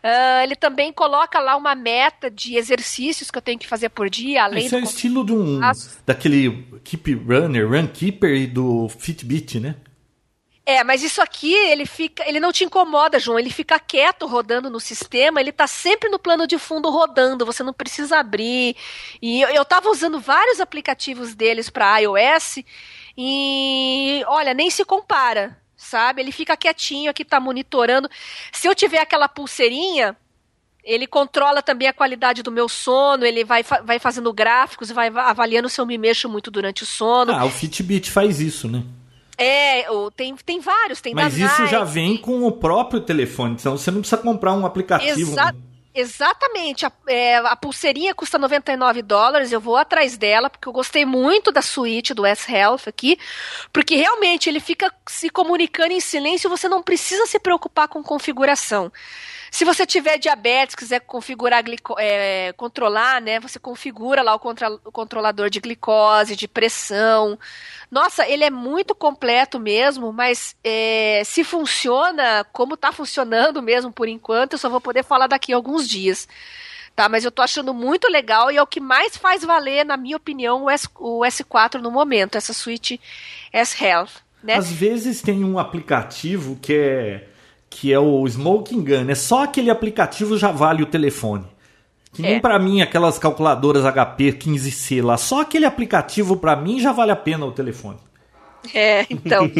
Ah, ele também coloca lá uma meta de exercícios que eu tenho que fazer por dia, além Esse é o do estilo de um, Aço. daquele Keep Runner, Run Keeper e do Fitbit, né? É, mas isso aqui, ele fica, ele não te incomoda, João. Ele fica quieto rodando no sistema, ele tá sempre no plano de fundo rodando, você não precisa abrir. E eu, eu tava usando vários aplicativos deles para iOS e olha, nem se compara, sabe? Ele fica quietinho aqui, tá monitorando. Se eu tiver aquela pulseirinha, ele controla também a qualidade do meu sono, ele vai, fa- vai fazendo gráficos, vai va- avaliando se eu me mexo muito durante o sono. Ah, o Fitbit faz isso, né? É, o- tem, tem vários, tem Mas da isso já Nike. vem com o próprio telefone, então você não precisa comprar um aplicativo. Exa- Exatamente. A, é, a pulseirinha custa 99 dólares. Eu vou atrás dela, porque eu gostei muito da suíte do S-Health aqui. Porque realmente ele fica se comunicando em silêncio, você não precisa se preocupar com configuração. Se você tiver diabetes, quiser configurar, glico- é, controlar, né? Você configura lá o, contra- o controlador de glicose, de pressão. Nossa, ele é muito completo mesmo, mas é, se tá funciona como está funcionando mesmo por enquanto, eu só vou poder falar daqui a alguns dias. Tá? Mas eu tô achando muito legal e é o que mais faz valer, na minha opinião, o, S, o S4 no momento, essa suíte S-Health. Né? Às vezes tem um aplicativo que é que é o Smoking Gun, é só aquele aplicativo já vale o telefone. Que nem É. pra mim aquelas calculadoras HP 15C lá, só aquele aplicativo pra mim já vale a pena o telefone. É, então.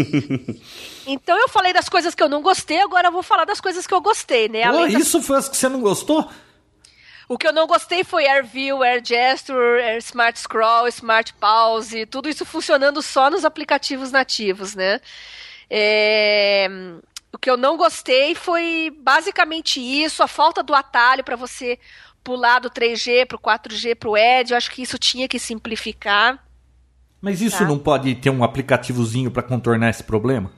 então eu falei das coisas que eu não gostei, agora eu vou falar das coisas que eu gostei, né? Pô, Além das- isso foi as que você não gostou? O que eu não gostei foi AirView, AirGesture, Air Smart Scroll, Smart Pause, tudo isso funcionando só nos aplicativos nativos, né? É, O que eu não gostei foi basicamente isso, a falta do atalho para você pular do 3G para o 4G para o Edge. Eu acho que isso tinha que simplificar. Mas isso Tá. não pode ter um aplicativozinho pra contornar esse problema?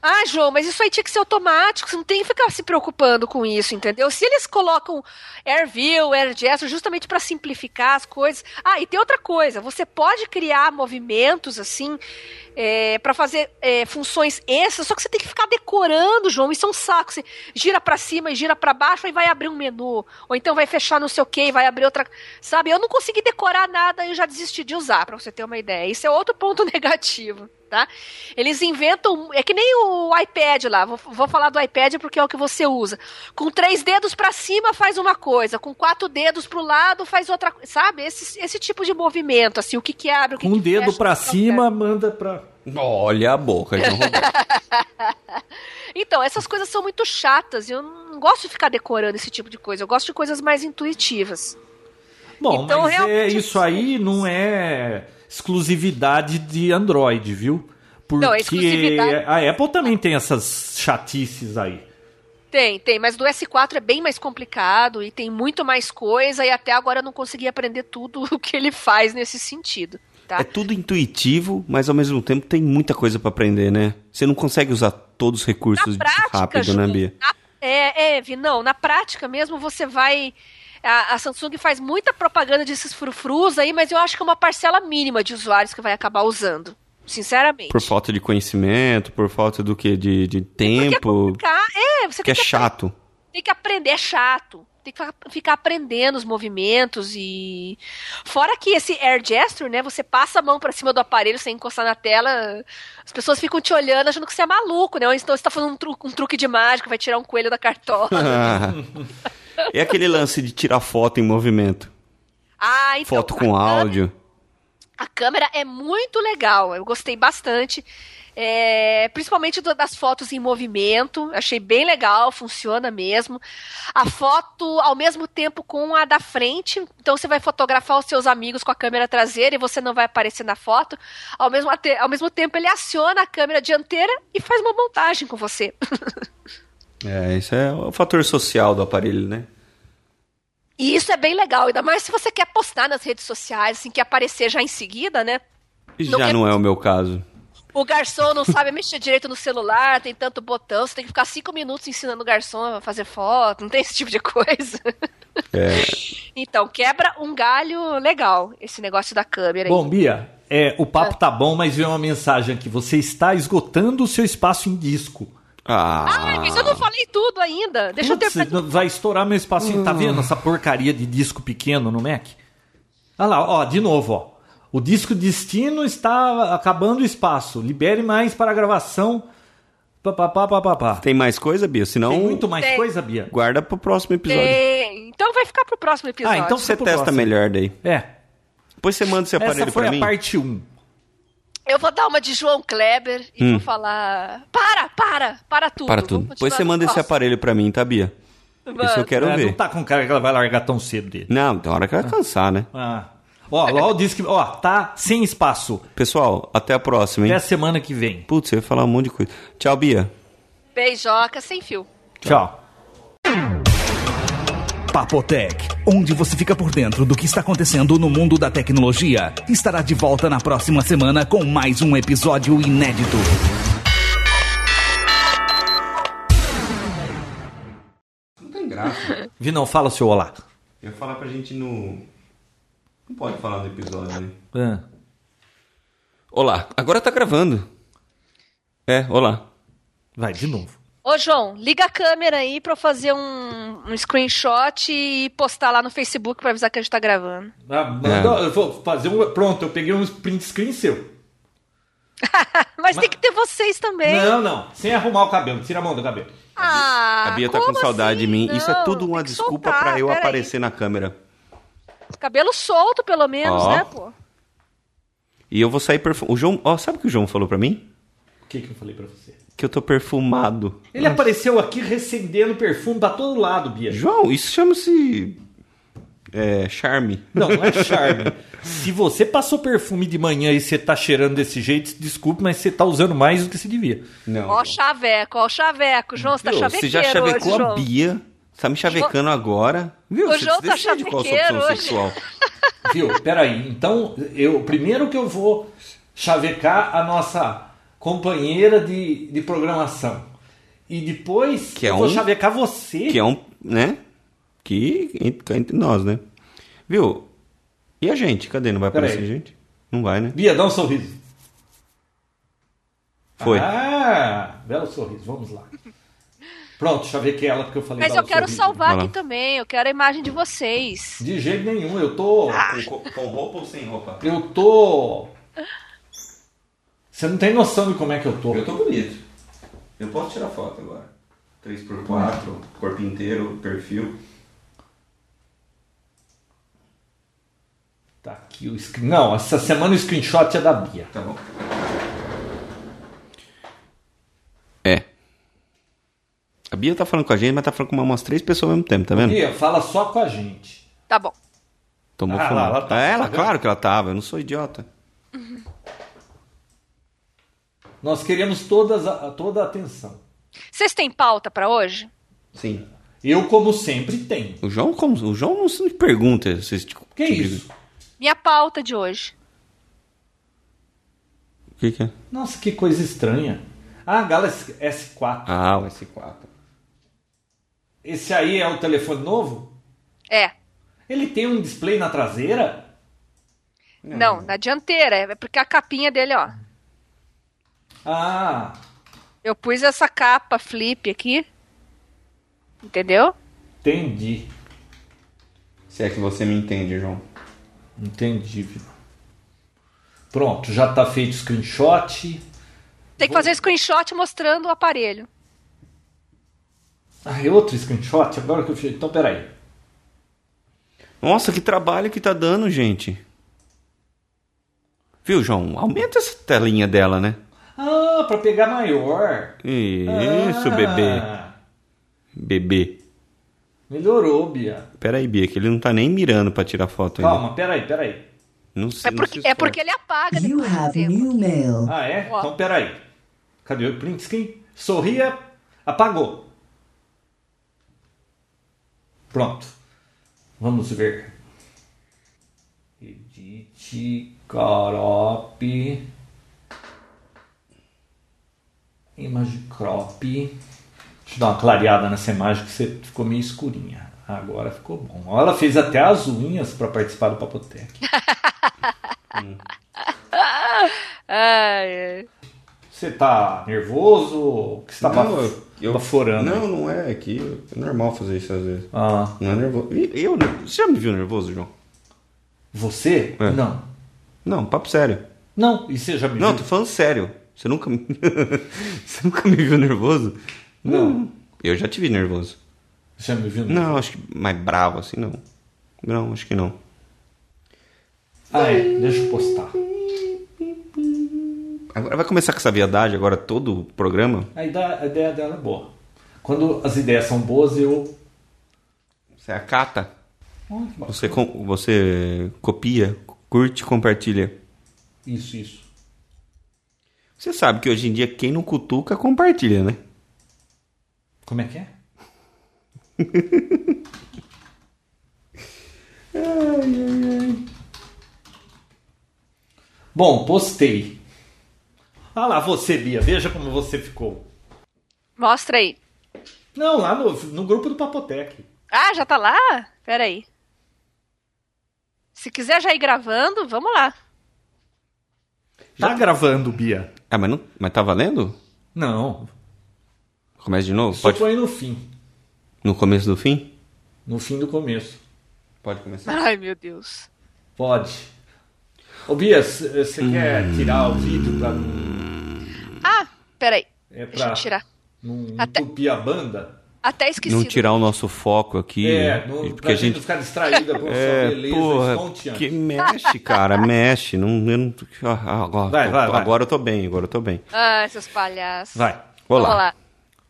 Ah, João, mas isso aí tinha que ser automático, você não tem que ficar se preocupando com isso, entendeu? Se eles colocam AirView, AirGesture, justamente para simplificar as coisas. Ah, e tem outra coisa, você pode criar movimentos assim para fazer é, funções extras, só que você tem que ficar decorando, João, isso é um saco. Você gira para cima e gira para baixo, aí vai abrir um menu, ou então vai fechar não sei o quê, e vai abrir outra, sabe? Eu não consegui decorar nada e eu já desisti de usar, para você ter uma ideia. Isso é outro ponto negativo. Tá? Eles inventam. É que nem o iPad lá. Vou, vou falar do iPad porque é o que você usa. Com três dedos pra cima faz uma coisa, com quatro dedos pro lado faz outra coisa. Sabe? Esse, esse tipo de movimento, assim, o que, que abre, o que Com um que dedo fecha, pra o que que cima, manda pra. Olha a boca, João Roberto. Então, essas coisas são muito chatas e eu não gosto de ficar decorando esse tipo de coisa. Eu gosto de coisas mais intuitivas. Bom, Então, mas é, realmente- isso aí não é exclusividade de Android, viu? Porque Não, é exclusividade- a Apple também tem essas chatices aí. Tem, tem, mas do S4 é bem mais complicado e tem muito mais coisa e até agora eu não consegui aprender tudo o que ele faz nesse sentido, tá? É tudo intuitivo, mas ao mesmo tempo tem muita coisa pra aprender, né? Você não consegue usar todos os recursos na prática, rápido, Ju, né, Bia? na- é, é, Vi, não, na prática mesmo você vai. A, a Samsung faz muita propaganda desses frufrus aí, mas eu acho que é uma parcela mínima de usuários que vai acabar usando. Sinceramente. Por falta de conhecimento, por falta do que? De, É de tempo, Tá? É, você que é tem, que chato. tem que aprender, é chato. Tem que fa- ficar aprendendo os movimentos e. Fora que esse air gesture, né? Você passa a mão pra cima do aparelho sem encostar na tela, as pessoas ficam te olhando achando que você é maluco, né? Ou então você tá fazendo um, tru- um truque de mágica, vai tirar um coelho da cartola. é aquele lance de tirar foto em movimento. Ah, então. foto com a câmera- áudio. A câmera é muito legal, eu gostei bastante. É, principalmente do- das fotos em movimento, achei bem legal, funciona mesmo. A foto ao mesmo tempo com a da frente, então você vai fotografar os seus amigos com a câmera traseira e você não vai aparecer na foto. Ao mesmo, ate- ao mesmo tempo, ele aciona a câmera dianteira e faz uma montagem com você. É, isso é o fator social do aparelho, né? E isso é bem legal, ainda mais se você quer postar nas redes sociais, assim, que aparecer já em seguida, né? Não Já quer- não é o meu caso. O garçom não sabe mexer direito no celular, tem tanto botão, você tem que ficar cinco minutos ensinando o garçom a fazer foto, não tem esse tipo de coisa. É. Então, quebra um galho legal esse negócio da câmera Bom, aí. Bia, é, o Ah. papo tá bom, mas veio uma mensagem aqui. Você está esgotando o seu espaço em disco. Ah, Ah, mas eu não falei tudo ainda. Deixa eu Putz, terminar. Ah. não- Vai estourar meu espacinho. Tá vendo essa porcaria de disco pequeno no Mac? Olha lá, ó, de novo, ó. O disco destino está acabando o espaço. Libere mais para a gravação. Pá, pá, pá, pá, pá, pá. tem mais coisa, Bia? Senão, Tem muito mais Tem. coisa, Bia? guarda pro próximo episódio. Tem. Então vai ficar pro próximo episódio. Ah, então Você Pro testa próximo. melhor daí. É. Depois você manda esse aparelho Essa foi pra a mim. parte 1. Eu vou dar uma de João Kleber e vou falar. Para, para, para tudo. Hum. Para Vamos tudo. continuar Depois você no manda esse próximo. aparelho pra mim, tá, Bia? Esse eu Mando. quero não ver. tá com cara que ela vai largar tão cedo dele. Não, tem hora que vai cansar, né? Ah. Ó, LOL diz que. Ó, tá sem espaço. Pessoal, até a próxima, hein? Até semana que vem. Putz, eu ia falar um monte de coisa. Tchau, Bia. Beijoca sem fio. Tchau. Papotec, onde você fica por dentro do que está acontecendo no mundo da tecnologia, estará de volta na próxima semana com mais um episódio inédito. Não tem graça. Vinão, fala o seu olá. Eu ia falar pra gente no. Não pode falar no episódio, né? Ah. Olá, agora tá gravando. É, olá. Vai, de novo. Ô, João, liga a câmera aí pra eu fazer um, um screenshot e postar lá no Facebook pra avisar que a gente tá gravando. Ah, É. manda- eu vou fazer um- Pronto, eu peguei um print screen seu. Mas, tem que ter vocês também. Não, não. Sem arrumar o cabelo. Tira a mão do cabelo. Ah, A Bia tá com como saudade de assim? mim. Isso é Não, tudo uma tem que desculpa soltar, pra eu peraí. aparecer na câmera. Cabelo solto, pelo menos, Ó. né, pô? E eu vou sair perfumado. O João, ó, sabe o que o João falou pra mim? O que, que eu falei pra você? Que eu tô perfumado. Ele apareceu aqui recendendo perfume pra todo lado, Bia. João, isso chama-se é, charme. Não, não é charme. Se você passou perfume de manhã e você tá cheirando desse jeito, desculpe, mas você tá usando mais do que se devia. Não. Ó, o chaveco, ó, o chaveco. João, você tá Viu? chavequeiro Você já chavecou hoje, a João. Bia. Você tá me chavecando agora. Viu? O Você João tá decide qual a sua opção chavequeiro hoje. sexual. Viu? Peraí. Então, eu primeiro que eu vou chavecar a nossa companheira de, de programação. E depois Que é eu vou um- chavecar você. Que é um, né? Que fica entre nós, né? Viu? E a gente? Cadê? Não vai Peraí. aparecer gente? Não vai, né? Bia, dá um sorriso. Foi. Ah, belo sorriso. Vamos lá. Pronto, chavequei ela porque eu né? falei Mas dá eu um quero sorriso. salvar Vai lá. aqui também, eu quero a imagem de vocês. De jeito nenhum, eu tô. Com, roupa ou sem roupa? Eu tô. Você não tem noção de como é que eu tô. tô bonito. Eu posso tirar foto agora. 3x4, corpo inteiro, perfil. Tá aqui o screen. Não, essa semana o screenshot é da Bia. Tá bom. É. A Bia tá falando com a gente, mas tá falando com uma- umas três pessoas ao mesmo tempo, tá vendo? Bia, fala só com a gente. Tá bom. Tomou Ah, fome. lá, ela tá- Ah, ela, tá vendo? claro que ela tava, eu não sou idiota. Nós queremos todas a, toda a atenção. Vocês têm pauta pra hoje? Sim. Eu, como sempre, tenho. O João, como, o João não se não pergunta esses tipo, Que tipo de- isso? Minha pauta de hoje. O que, que é? Nossa, que coisa estranha. Ah, Galaxy S4. Ah, o S4. Esse aí é o telefone novo? É. Ele tem um display na traseira? Não, na dianteira. É porque a capinha dele, ó. Ah, Eu pus essa capa flip aqui. Entendeu? entendi. Se é que você me entende, João. Entendi, viu? Pronto, já tá feito o screenshot. Tem que fazer um screenshot mostrando o aparelho. Ah, é outro screenshot? Agora que eu fiz. Então, peraí. Nossa, que trabalho que tá dando, gente. Viu, João? Aumenta essa telinha dela, né? Ah, pra pegar maior. Isso, Ah, bebê. Bebê. Melhorou, Bia. Peraí, Bia, que ele não tá nem mirando pra tirar foto ainda. Calma, peraí, peraí. Não sei. É porque, não se é porque ele apaga You depois do have tempo. new mail. Ah, é? Ó. Então, peraí. Cadê o print screen? Sorria, apagou. Pronto. Vamos ver. Edit, crop. Image crop. Deixa eu dar uma clareada nessa imagem que você ficou meio escurinha. Agora ficou bom. Ó, Ela fez até as unhas para participar do Papotec. Ai, ai. Você tá nervoso? O que você tá Não, baf- eu- baforando? Não, não é aqui. É normal fazer isso às vezes. Ah, Não é nervoso. E Eu, né? você já me viu nervoso, João? você? É. Não. Não, papo sério. Não, e você já me Uhum. Não, tô viu? falando sério. Você nunca me, você nunca me viu nervoso? Não. Eu já te vi nervoso. Você já me viu? Não, acho que mais bravo assim, não. Não, acho que não. Ah, é. Deixa eu postar. Agora vai começar com essa viadagem agora todo o programa? A ideia, a ideia dela é boa. Quando as ideias são boas, eu... Você acata, Olha que bacana. você, com- você copia, curte, compartilha. Isso, isso. Você sabe que hoje em dia quem não cutuca, compartilha, né? Como é que é? Bom, postei. Ah lá, você, Bia. Veja como você ficou. Mostra aí. Não, lá no, no grupo do Papotec. Ah, já tá lá? Peraí. Se quiser já ir gravando, vamos lá. Tá gravando, Bia? Ah, mas, não, mas tá valendo? Não. Começa de novo? Só Pode... põe no fim. No começo do fim? No fim do começo. Pode começar. Ai, meu Deus. Pode. Ô Bias, você Hum. quer tirar o vídeo pra não, Ah, peraí. é pra Deixa eu tirar. não, não Até- entupir a banda? Até esqueci. Não tirar o nosso foco aqui. É, né? não, porque pra a gente gente. não ficar distraída com sua É, beleza um porra, estonteante. que mexe, cara, mexe. Não, eu não- ah, agora, Vai, tô- vai, vai. agora eu tô bem, agora eu tô bem. Ah, seus palhaços. Vai. Olá. Vamos lá.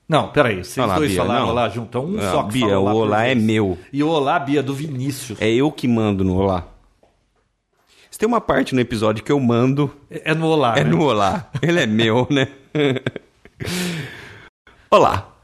Não, peraí, vocês Olá, dois Bia, falaram não. olá junto. é Um Ah, só que Bia, fala o por olá é vez. meu. E o olá, Bia, do Vinícius. É eu que mando no Olá. Se tem uma parte no episódio que eu mando, É, é no olá. é né? no Olá. Ele é meu, né? Olá.